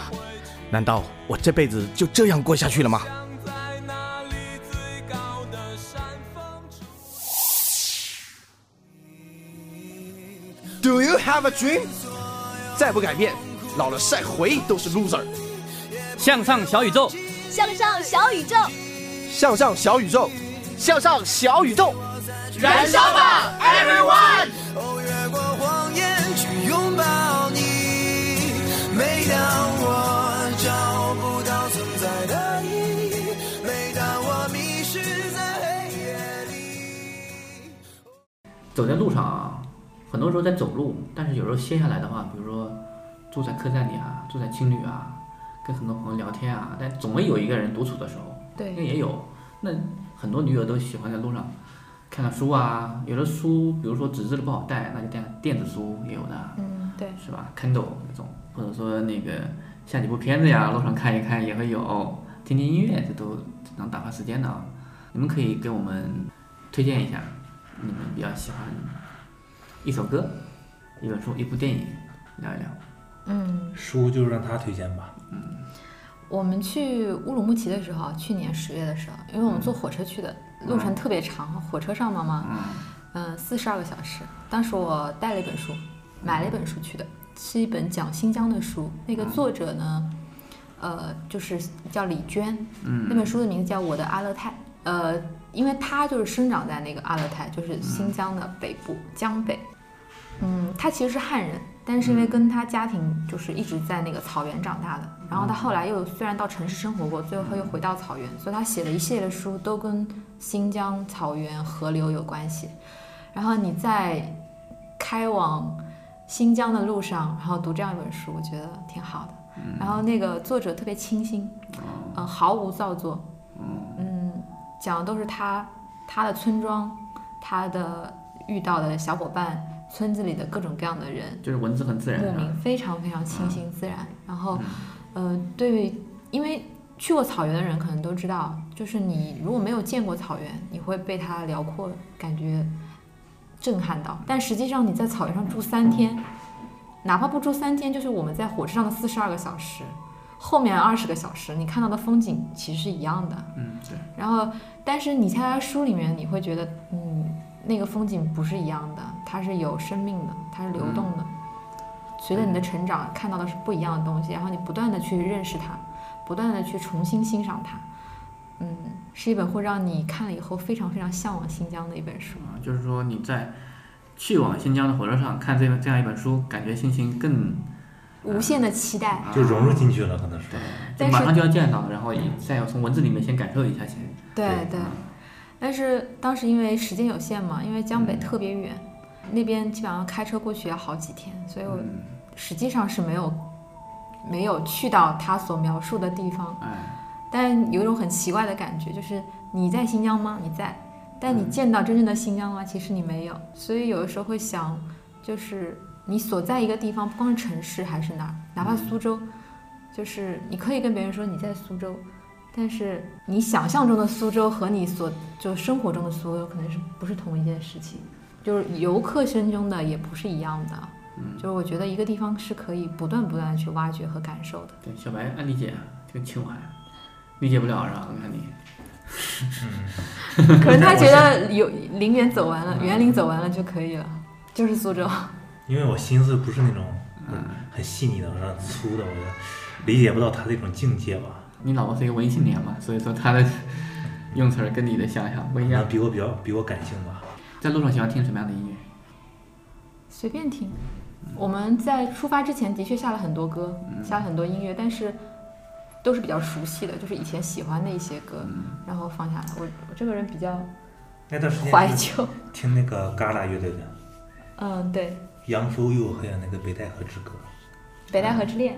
[SPEAKER 6] 难道我这辈子就这样过下去了吗？Do you have a dream？再不改变，老了晒回忆都是 loser。
[SPEAKER 8] 向上小宇宙，
[SPEAKER 5] 向上小宇宙，
[SPEAKER 6] 向上小宇宙，向上小宇宙，
[SPEAKER 4] 燃烧吧，everyone！
[SPEAKER 9] 哦，越过谎言去拥抱你。每当我找不到存在的意义，每当我迷失在黑夜里。
[SPEAKER 1] 走在路上啊，很多时候在走路，但是有时候歇下来的话，比如说住在客栈里啊，住在青旅啊，跟很多朋友聊天啊，但总会有一个人独处的时候，
[SPEAKER 3] 对
[SPEAKER 1] 应该也有。那很多女友都喜欢在路上看看书啊，有的书比如说纸质的不好带，那就带电子书也有的，
[SPEAKER 3] 嗯，对，
[SPEAKER 1] 是吧？Kindle 那种，或者说那个下几部片子呀，路上看一看也会有，听听音乐，这都能打发时间的啊。你们可以给我们推荐一下你们比较喜欢一首歌、一本书、一部电影，聊一聊。
[SPEAKER 3] 嗯，
[SPEAKER 2] 书就让他推荐吧。
[SPEAKER 3] 我们去乌鲁木齐的时候，去年十月的时候，因为我们坐火车去的，路程特别长，火车上嘛嘛，嗯，四十二个小时。当时我带了一本书，买了一本书去的，是一本讲新疆的书。那个作者呢，呃，就是叫李娟，
[SPEAKER 4] 嗯
[SPEAKER 3] 那本书的名字叫《我的阿勒泰》。呃，因为她就是生长在那个阿勒泰，就是新疆的北部、江北。嗯，她其实是汉人，但是因为跟她家庭就是一直在那个草原长大的，然后她后来又虽然到城市生活过，最后又回到草原，所以她写的一系列的书都跟新疆草原、河流有关系。然后你在开往新疆的路上，然后读这样一本书，我觉得挺好的。然后那个作者特别清新，嗯、毫无造作，嗯，讲的都是他他的村庄，他的遇到的小伙伴，村子里的各种各样的人，
[SPEAKER 1] 就是文字很自然
[SPEAKER 3] 莫
[SPEAKER 1] 啊嗯
[SPEAKER 3] 名，非常非常清新自然。然后，呃，对于因为去过草原的人可能都知道，就是你如果没有见过草原，你会被它辽阔感觉震撼到。但实际上你在草原上住三天，
[SPEAKER 1] 嗯
[SPEAKER 3] 哪怕不住三天，就是我们在火车上的四十二个小时，后面二十个小时你看到的风景其实是一样的。
[SPEAKER 1] 嗯，对，
[SPEAKER 3] 然后，但是你在他书里面，你会觉得，嗯，那个风景不是一样的，它是有生命的，它是流动的。随着你的成长，看到的是不一样的东西，然后你不断的去认识它，不断的去重新欣赏它。嗯，是一本会让你看了以后非常非常向往新疆的一本书。
[SPEAKER 1] 啊就是说你在去往新疆的火车上看这这样一本书，感觉心情更啊
[SPEAKER 3] 无限的期待，
[SPEAKER 2] 就融入进去了，可能是。
[SPEAKER 1] 对，
[SPEAKER 3] 但是
[SPEAKER 1] 马上就要见到，然后你再要从文字里面先感受一下先。
[SPEAKER 3] 对对，但是当时因为时间有限嘛，因为江北特别远，那边基本上开车过去要好几天，所以我
[SPEAKER 1] 嗯
[SPEAKER 3] 实际上是没有没有去到他所描述的地方。
[SPEAKER 1] 哎
[SPEAKER 3] 但有一种很奇怪的感觉，就是你在新疆吗？你在，但你见到真正的新疆吗？其实你没有。所以有的时候会想，就是你所在一个地方，不光是城市，还是哪儿，哪怕苏州，就是你可以跟别人说你在苏州，但是你想象中的苏州和你所就生活中的苏州可能是不是同一件事情，就是游客心中的也不是一样的。就是我觉得一个地方是可以不断不断的去挖掘和感受的。
[SPEAKER 1] 对，小白啊按理解这个情怀理解不了是吧？我看你，
[SPEAKER 3] 可能他觉得有陵园走完了，园林走完了就可以了，就是苏州。
[SPEAKER 2] 因为我心思不是那种嗯很细腻的、很粗的，我觉得理解不到他这种境界吧。
[SPEAKER 1] 你老婆是一个文艺青年嘛，所以说她的 用词儿跟你的想想不一样。
[SPEAKER 2] 比我比较比我感性吧。
[SPEAKER 1] 在路上喜欢听什么样的音乐？
[SPEAKER 3] 随便听。我们在出发之前的确下了很多歌，下了很多音乐，但是都是比较熟悉的，就是以前喜欢的一些歌，然后放下来。我我这个人比较，
[SPEAKER 2] 那段时间
[SPEAKER 3] 怀旧，
[SPEAKER 2] 听那个嘎啦乐队的《
[SPEAKER 3] 嗯，对，
[SPEAKER 2] 扬州又》还有那个《北戴河之歌
[SPEAKER 3] 《北戴河之恋》，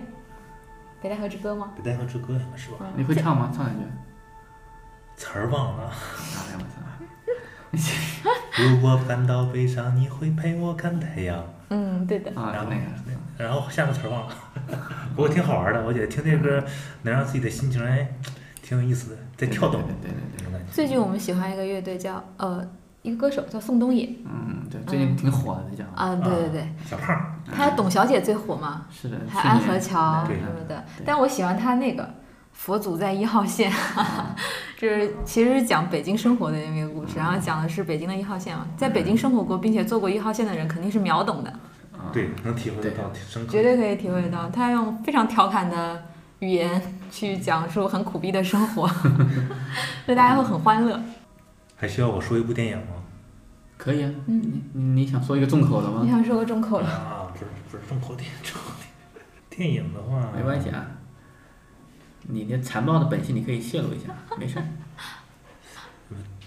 [SPEAKER 3] 北戴河之歌吗》，？
[SPEAKER 2] 《北戴河之歌》应该是吧？
[SPEAKER 3] 嗯你会唱
[SPEAKER 1] 吗？唱两句。啊
[SPEAKER 2] 词儿忘了。 如果感到悲伤，你会陪我看太阳。
[SPEAKER 3] 嗯，对的。
[SPEAKER 1] 啊
[SPEAKER 2] 然后然后下个词儿忘了， 不过挺好玩的，我觉得听这歌能让自己的心情哎挺有意思的，在跳动，对
[SPEAKER 1] 对
[SPEAKER 2] 对，那种感觉。
[SPEAKER 3] 最近我们喜欢一个乐队叫呃，一个歌手叫宋冬野。
[SPEAKER 1] 嗯，对，最近挺火的，这叫。
[SPEAKER 3] 啊，对对对，
[SPEAKER 2] 小胖。
[SPEAKER 3] 他董小姐最火嘛，
[SPEAKER 1] 是的，去
[SPEAKER 3] 还有安
[SPEAKER 1] 年
[SPEAKER 3] 河桥
[SPEAKER 1] 对
[SPEAKER 3] 什么的。但我喜欢他那个《佛祖在一号线》，
[SPEAKER 1] 嗯
[SPEAKER 3] 就是其实是讲北京生活的那个故事，然后讲的是北京的一号线嘛。在北
[SPEAKER 1] 嗯
[SPEAKER 3] 京生活过并且做过一号线的人，肯定是秒懂的，
[SPEAKER 2] 对，能体会得到，挺深刻。
[SPEAKER 3] 绝对可以体会到。他用非常调侃的语言去讲述很苦逼的生 活，所以大家会很欢乐。
[SPEAKER 2] 还需要我说一部电影吗？
[SPEAKER 1] 可以啊，
[SPEAKER 3] 嗯，
[SPEAKER 1] 你你想说一个重口的吗？
[SPEAKER 3] 你想说个重口了？
[SPEAKER 2] 啊，不是不是重口电影， 重口电影。电影的话，
[SPEAKER 1] 没关系啊，你的残暴的本性你可以泄露一 下，没事儿。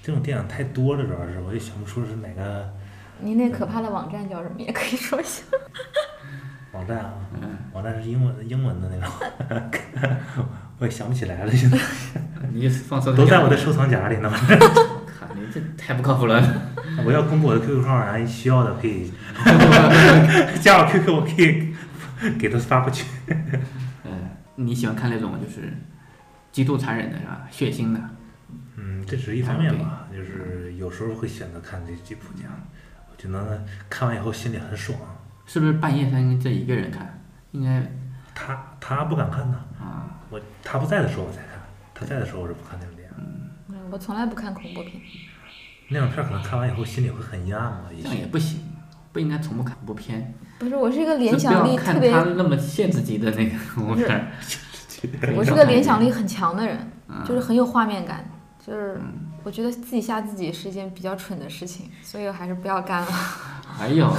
[SPEAKER 2] 这种电影太多了，主要是我也想不出是哪个
[SPEAKER 3] 你那可怕的网站叫什么？也可以说一下。
[SPEAKER 2] 网站啊，
[SPEAKER 1] 嗯
[SPEAKER 2] 网站是英文的英文的那种，我也想不起来了，现在
[SPEAKER 1] 你就放收藏夹
[SPEAKER 2] 都在我的收藏夹里呢。
[SPEAKER 1] 看你这太不靠谱了。
[SPEAKER 2] 我要公布我的 QQ 号，然后需要的 可以 加我 QQ，我可以给他发过去。
[SPEAKER 1] 嗯，你喜欢看那种就是极度残忍的是吧？血腥的。
[SPEAKER 2] 嗯，这只是一方面
[SPEAKER 1] 啊
[SPEAKER 2] 吧，就是有时候会选择看这吉普奖，我觉得看完以后心里很爽。
[SPEAKER 1] 是不是半夜三更这一个人看？应该啊
[SPEAKER 2] 他他不敢看呢，我他不在的时候我才看，他在的时候我是不看那种电影。
[SPEAKER 3] 嗯我从来不看恐怖片。
[SPEAKER 2] 那种片儿可能看完以后心里会很阴暗嘛，
[SPEAKER 1] 这样也不行，不应该从不看恐怖片。
[SPEAKER 3] 不是，我是一个联想力
[SPEAKER 1] 就不要
[SPEAKER 3] 特
[SPEAKER 1] 看
[SPEAKER 3] 别
[SPEAKER 1] 他那么限制级的那个恐怖片儿。
[SPEAKER 3] 我是个联想力很强的人，
[SPEAKER 1] 嗯
[SPEAKER 3] 就是很有画面感，就是我觉得自己吓自己是一件比较蠢的事情，所以我还是不要干了。
[SPEAKER 1] 还有，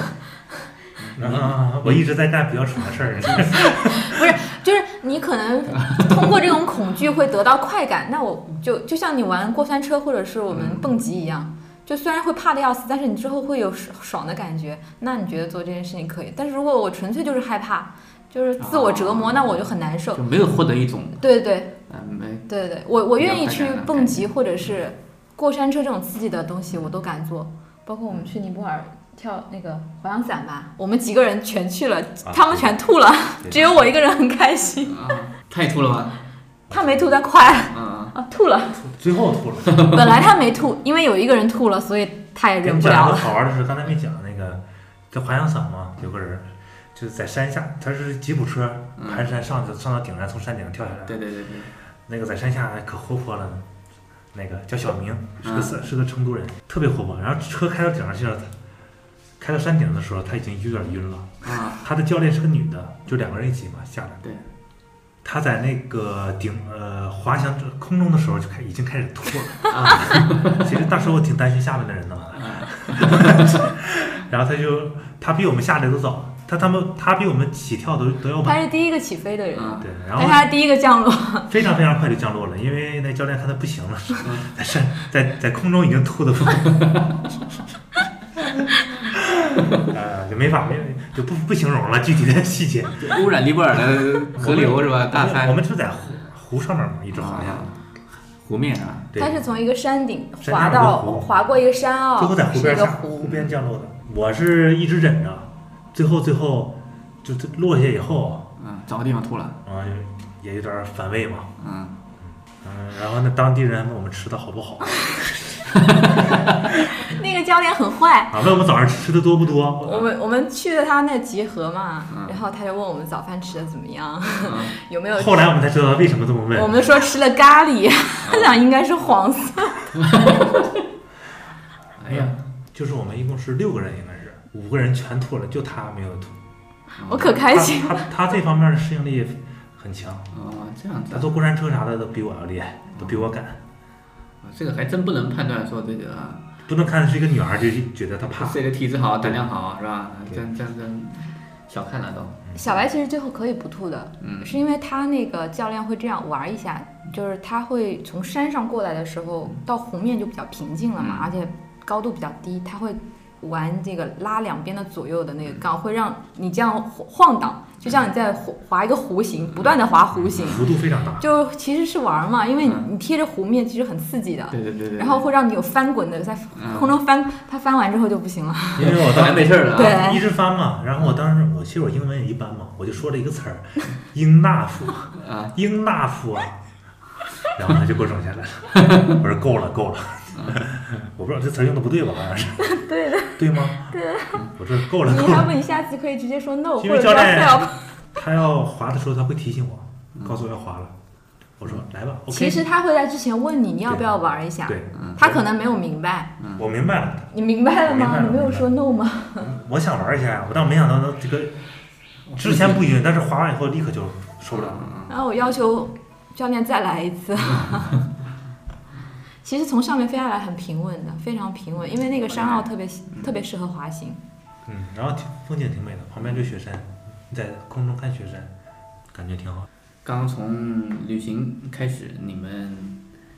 [SPEAKER 2] 啊， 我一直在干比较蠢的事儿。
[SPEAKER 3] 不是，就是你可能通过这种恐惧会得到快感，那我就就像你玩过山车或者是我们蹦极一样，就虽然会怕的要死，但是你之后会有爽爽的感觉，那你觉得做这件事情可以？但是如果我纯粹就是害怕，就是自我折磨，那我就很难受
[SPEAKER 1] 就。没有获得一种
[SPEAKER 3] 对对
[SPEAKER 1] 呃没
[SPEAKER 3] 对对，我我愿意去
[SPEAKER 1] 比较快感的
[SPEAKER 3] 蹦极或者是过山车这种刺激的东西，我都敢做。包括我们去尼泊尔跳那个滑翔伞吧，我们几个人全去了，
[SPEAKER 2] 啊
[SPEAKER 3] 他们全吐了，只有我一个人很开心。
[SPEAKER 1] 啊太吐了吧？
[SPEAKER 3] 他没吐，他快了
[SPEAKER 1] 嗯，
[SPEAKER 3] 啊，吐 了。
[SPEAKER 2] 最后吐了。
[SPEAKER 3] 本来他没吐，因为有一个人吐了，所以他也 忍不
[SPEAKER 2] 讲个
[SPEAKER 3] 了了。
[SPEAKER 2] 好玩的是，刚才没讲那个，在滑翔伞嘛，有个人就是在山下，他是吉普车
[SPEAKER 3] 嗯
[SPEAKER 2] 盘山上去，上到顶上，从山顶上跳下来。
[SPEAKER 1] 对对对对。
[SPEAKER 2] 那个在山下可活泼了，那个叫小明，是个
[SPEAKER 1] 嗯
[SPEAKER 2] 是、是个成都人，特别活泼。然后车开到顶上去了，开到山顶的时候，他已经有点晕了。
[SPEAKER 1] 啊，
[SPEAKER 2] 他的教练是个女的，就两个人一起嘛下来。
[SPEAKER 1] 对。
[SPEAKER 2] 他在那个顶呃滑翔空中的时候就开已经开始吐了。 其实当时我 挺担心下面的人的嘛。然后他就他比我们下来都早，他他们他比我们起跳都都要
[SPEAKER 3] 他
[SPEAKER 2] 慢，
[SPEAKER 3] 是第一个起飞的人，
[SPEAKER 2] 对，啊然
[SPEAKER 3] 但
[SPEAKER 2] 后
[SPEAKER 3] 是他第一个降落。
[SPEAKER 2] 非常非常快就降落了，因为那教练看他不行了， 在山在在空中已经吐的不， 呃，就没法没就不不形容了具体的细节。
[SPEAKER 10] 污染尼泊尔 的河流是吧大
[SPEAKER 2] 山，我们是在湖湖上面嘛，一直滑下来，
[SPEAKER 1] 啊
[SPEAKER 10] 湖面啊，
[SPEAKER 2] 对
[SPEAKER 3] 他，是从一个山顶
[SPEAKER 2] 山
[SPEAKER 3] 滑
[SPEAKER 2] 上有个
[SPEAKER 3] 到
[SPEAKER 2] 湖
[SPEAKER 3] 滑过一个山坳，
[SPEAKER 2] 最后在湖
[SPEAKER 3] 哦是一
[SPEAKER 2] 边
[SPEAKER 3] 个
[SPEAKER 2] 下
[SPEAKER 3] 湖。
[SPEAKER 2] 湖边降落的。我是一直忍着，最后最后就这落下以后，
[SPEAKER 10] 嗯，找个地方吐了，
[SPEAKER 2] 啊，也有点反胃嘛，
[SPEAKER 10] 嗯
[SPEAKER 2] 嗯，然后那当地人还问我们吃的好不好，
[SPEAKER 3] 那个教练很坏，
[SPEAKER 2] 啊，问我们早上吃的多不多，
[SPEAKER 3] 我们我们去了他那集合嘛，然后他就问我们早饭吃的怎么样， 有没有吃？
[SPEAKER 2] 后来我们才知道为什么这么问
[SPEAKER 3] 呃我。们说吃了咖喱， 他想应该是黄色。
[SPEAKER 2] 哎呀，就是我们一共是六个人，应该是五个人全吐了，就他没有吐。
[SPEAKER 3] 我可开心
[SPEAKER 2] 他他他这方面的适应力很强
[SPEAKER 1] 哦，这样子
[SPEAKER 2] 他坐过山车啥的都比我要厉害，都比我敢。
[SPEAKER 1] 这个还真不能判断说这个啊
[SPEAKER 2] 不能看是一个女孩就觉得她怕。
[SPEAKER 1] 这个体质好，胆量好是吧？真真真小看了都。
[SPEAKER 3] 小白其实最后可以不吐的，
[SPEAKER 1] 嗯
[SPEAKER 3] 是因为他那个教练会这样玩一下，就是他会从山上过来的时候，到湖面就比较平静了嘛，而且高度比较低，他会玩这个拉两边的左右的那个杠，会让你这样晃荡，就像你在湖划一个弧形，不断的划弧形，
[SPEAKER 2] 幅度非常大。
[SPEAKER 3] 就其实是玩
[SPEAKER 2] 嗯
[SPEAKER 3] 嘛，因为你你贴着湖面其实很刺激的，
[SPEAKER 1] 对对对对。
[SPEAKER 3] 然后会让你有翻滚的，在
[SPEAKER 2] 嗯
[SPEAKER 3] 空中翻，他翻完之后就不行了。
[SPEAKER 2] 因为我当时
[SPEAKER 1] 没事 儿了啊
[SPEAKER 3] 对
[SPEAKER 2] 一直翻嘛。然后我当时我其实我英文也一般嘛，我就说了一个词儿，英纳 夫，英纳夫啊，然后他就给我整下来了。 我说够了 够了，我不知道这词儿用的不对吧？好像是
[SPEAKER 3] 对的，
[SPEAKER 2] 对吗？嗯
[SPEAKER 3] 对的。
[SPEAKER 2] 我说够了够
[SPEAKER 3] 你要不
[SPEAKER 2] 了，
[SPEAKER 3] 你下次可以直接说 no，或
[SPEAKER 2] 因为
[SPEAKER 3] 者
[SPEAKER 2] 教
[SPEAKER 3] 说
[SPEAKER 2] 练
[SPEAKER 3] help。
[SPEAKER 2] 他要滑的时候他会提醒我，告诉我要滑了。我说来吧，OK。
[SPEAKER 3] 嗯其实他会在之前问你你要不要玩一下，
[SPEAKER 2] 对，
[SPEAKER 3] 他可能没有明白，
[SPEAKER 2] 我明白了，
[SPEAKER 3] 你明白了
[SPEAKER 2] 我明白
[SPEAKER 3] 吗？
[SPEAKER 2] 了
[SPEAKER 3] 你没有说 no 吗？
[SPEAKER 2] 我想玩一下呀，我但没想到呢这个之前不晕，但是滑完以后立刻就受不了了。
[SPEAKER 3] 然后我要求教练再来一 次。其实从上面飞下来很平稳的，非常平稳，因为那个山坳特别特别适合滑行。
[SPEAKER 2] 嗯，然后挺风景挺美的，旁边就雪山，你在空中看雪山，感觉挺好。
[SPEAKER 1] 刚从旅行开始，你们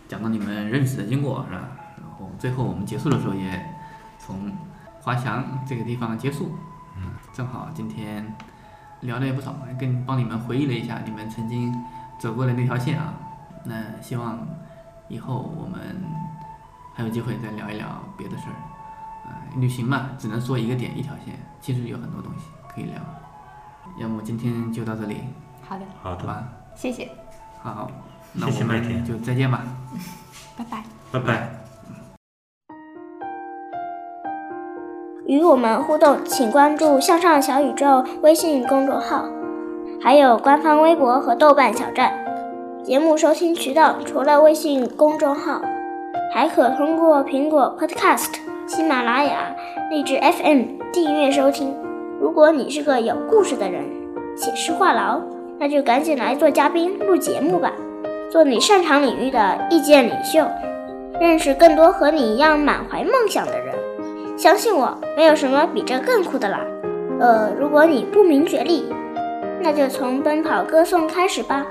[SPEAKER 1] 讲到你们认识的经过是吧？然后最后我们结束的时候也从滑翔这个地方结束。嗯，正好今天聊的也不少，跟帮你们回忆了一下你们曾经走过的那条线啊。那希望以后我们还有机会再聊一聊别的事儿。啊、旅行嘛，只能说一个点一条线，其实有很多东西可以聊。要么今天就到这里。
[SPEAKER 3] 好的，
[SPEAKER 2] 好的
[SPEAKER 1] 吧，
[SPEAKER 3] 谢谢，
[SPEAKER 1] 好，那
[SPEAKER 2] 谢谢
[SPEAKER 1] 我
[SPEAKER 2] 麦田
[SPEAKER 1] 们就再见吧。
[SPEAKER 3] 拜拜。
[SPEAKER 2] 拜拜。
[SPEAKER 11] 与我们互动，请关注“向上小宇宙”微信公众号，还有官方微博和豆瓣小站。节目收听渠道除了微信公众号，还可通过苹果 Podcast、喜马拉雅、荔枝 FM 订阅收听。如果你是个有故事的人，写诗话痨，那就赶紧来做嘉宾录节目吧，做你擅长领域的意见领袖，认识更多和你一样满怀梦想的人。相信我，没有什么比这更酷的啦。呃，如果你不明觉厉，那就从奔跑歌颂开始吧。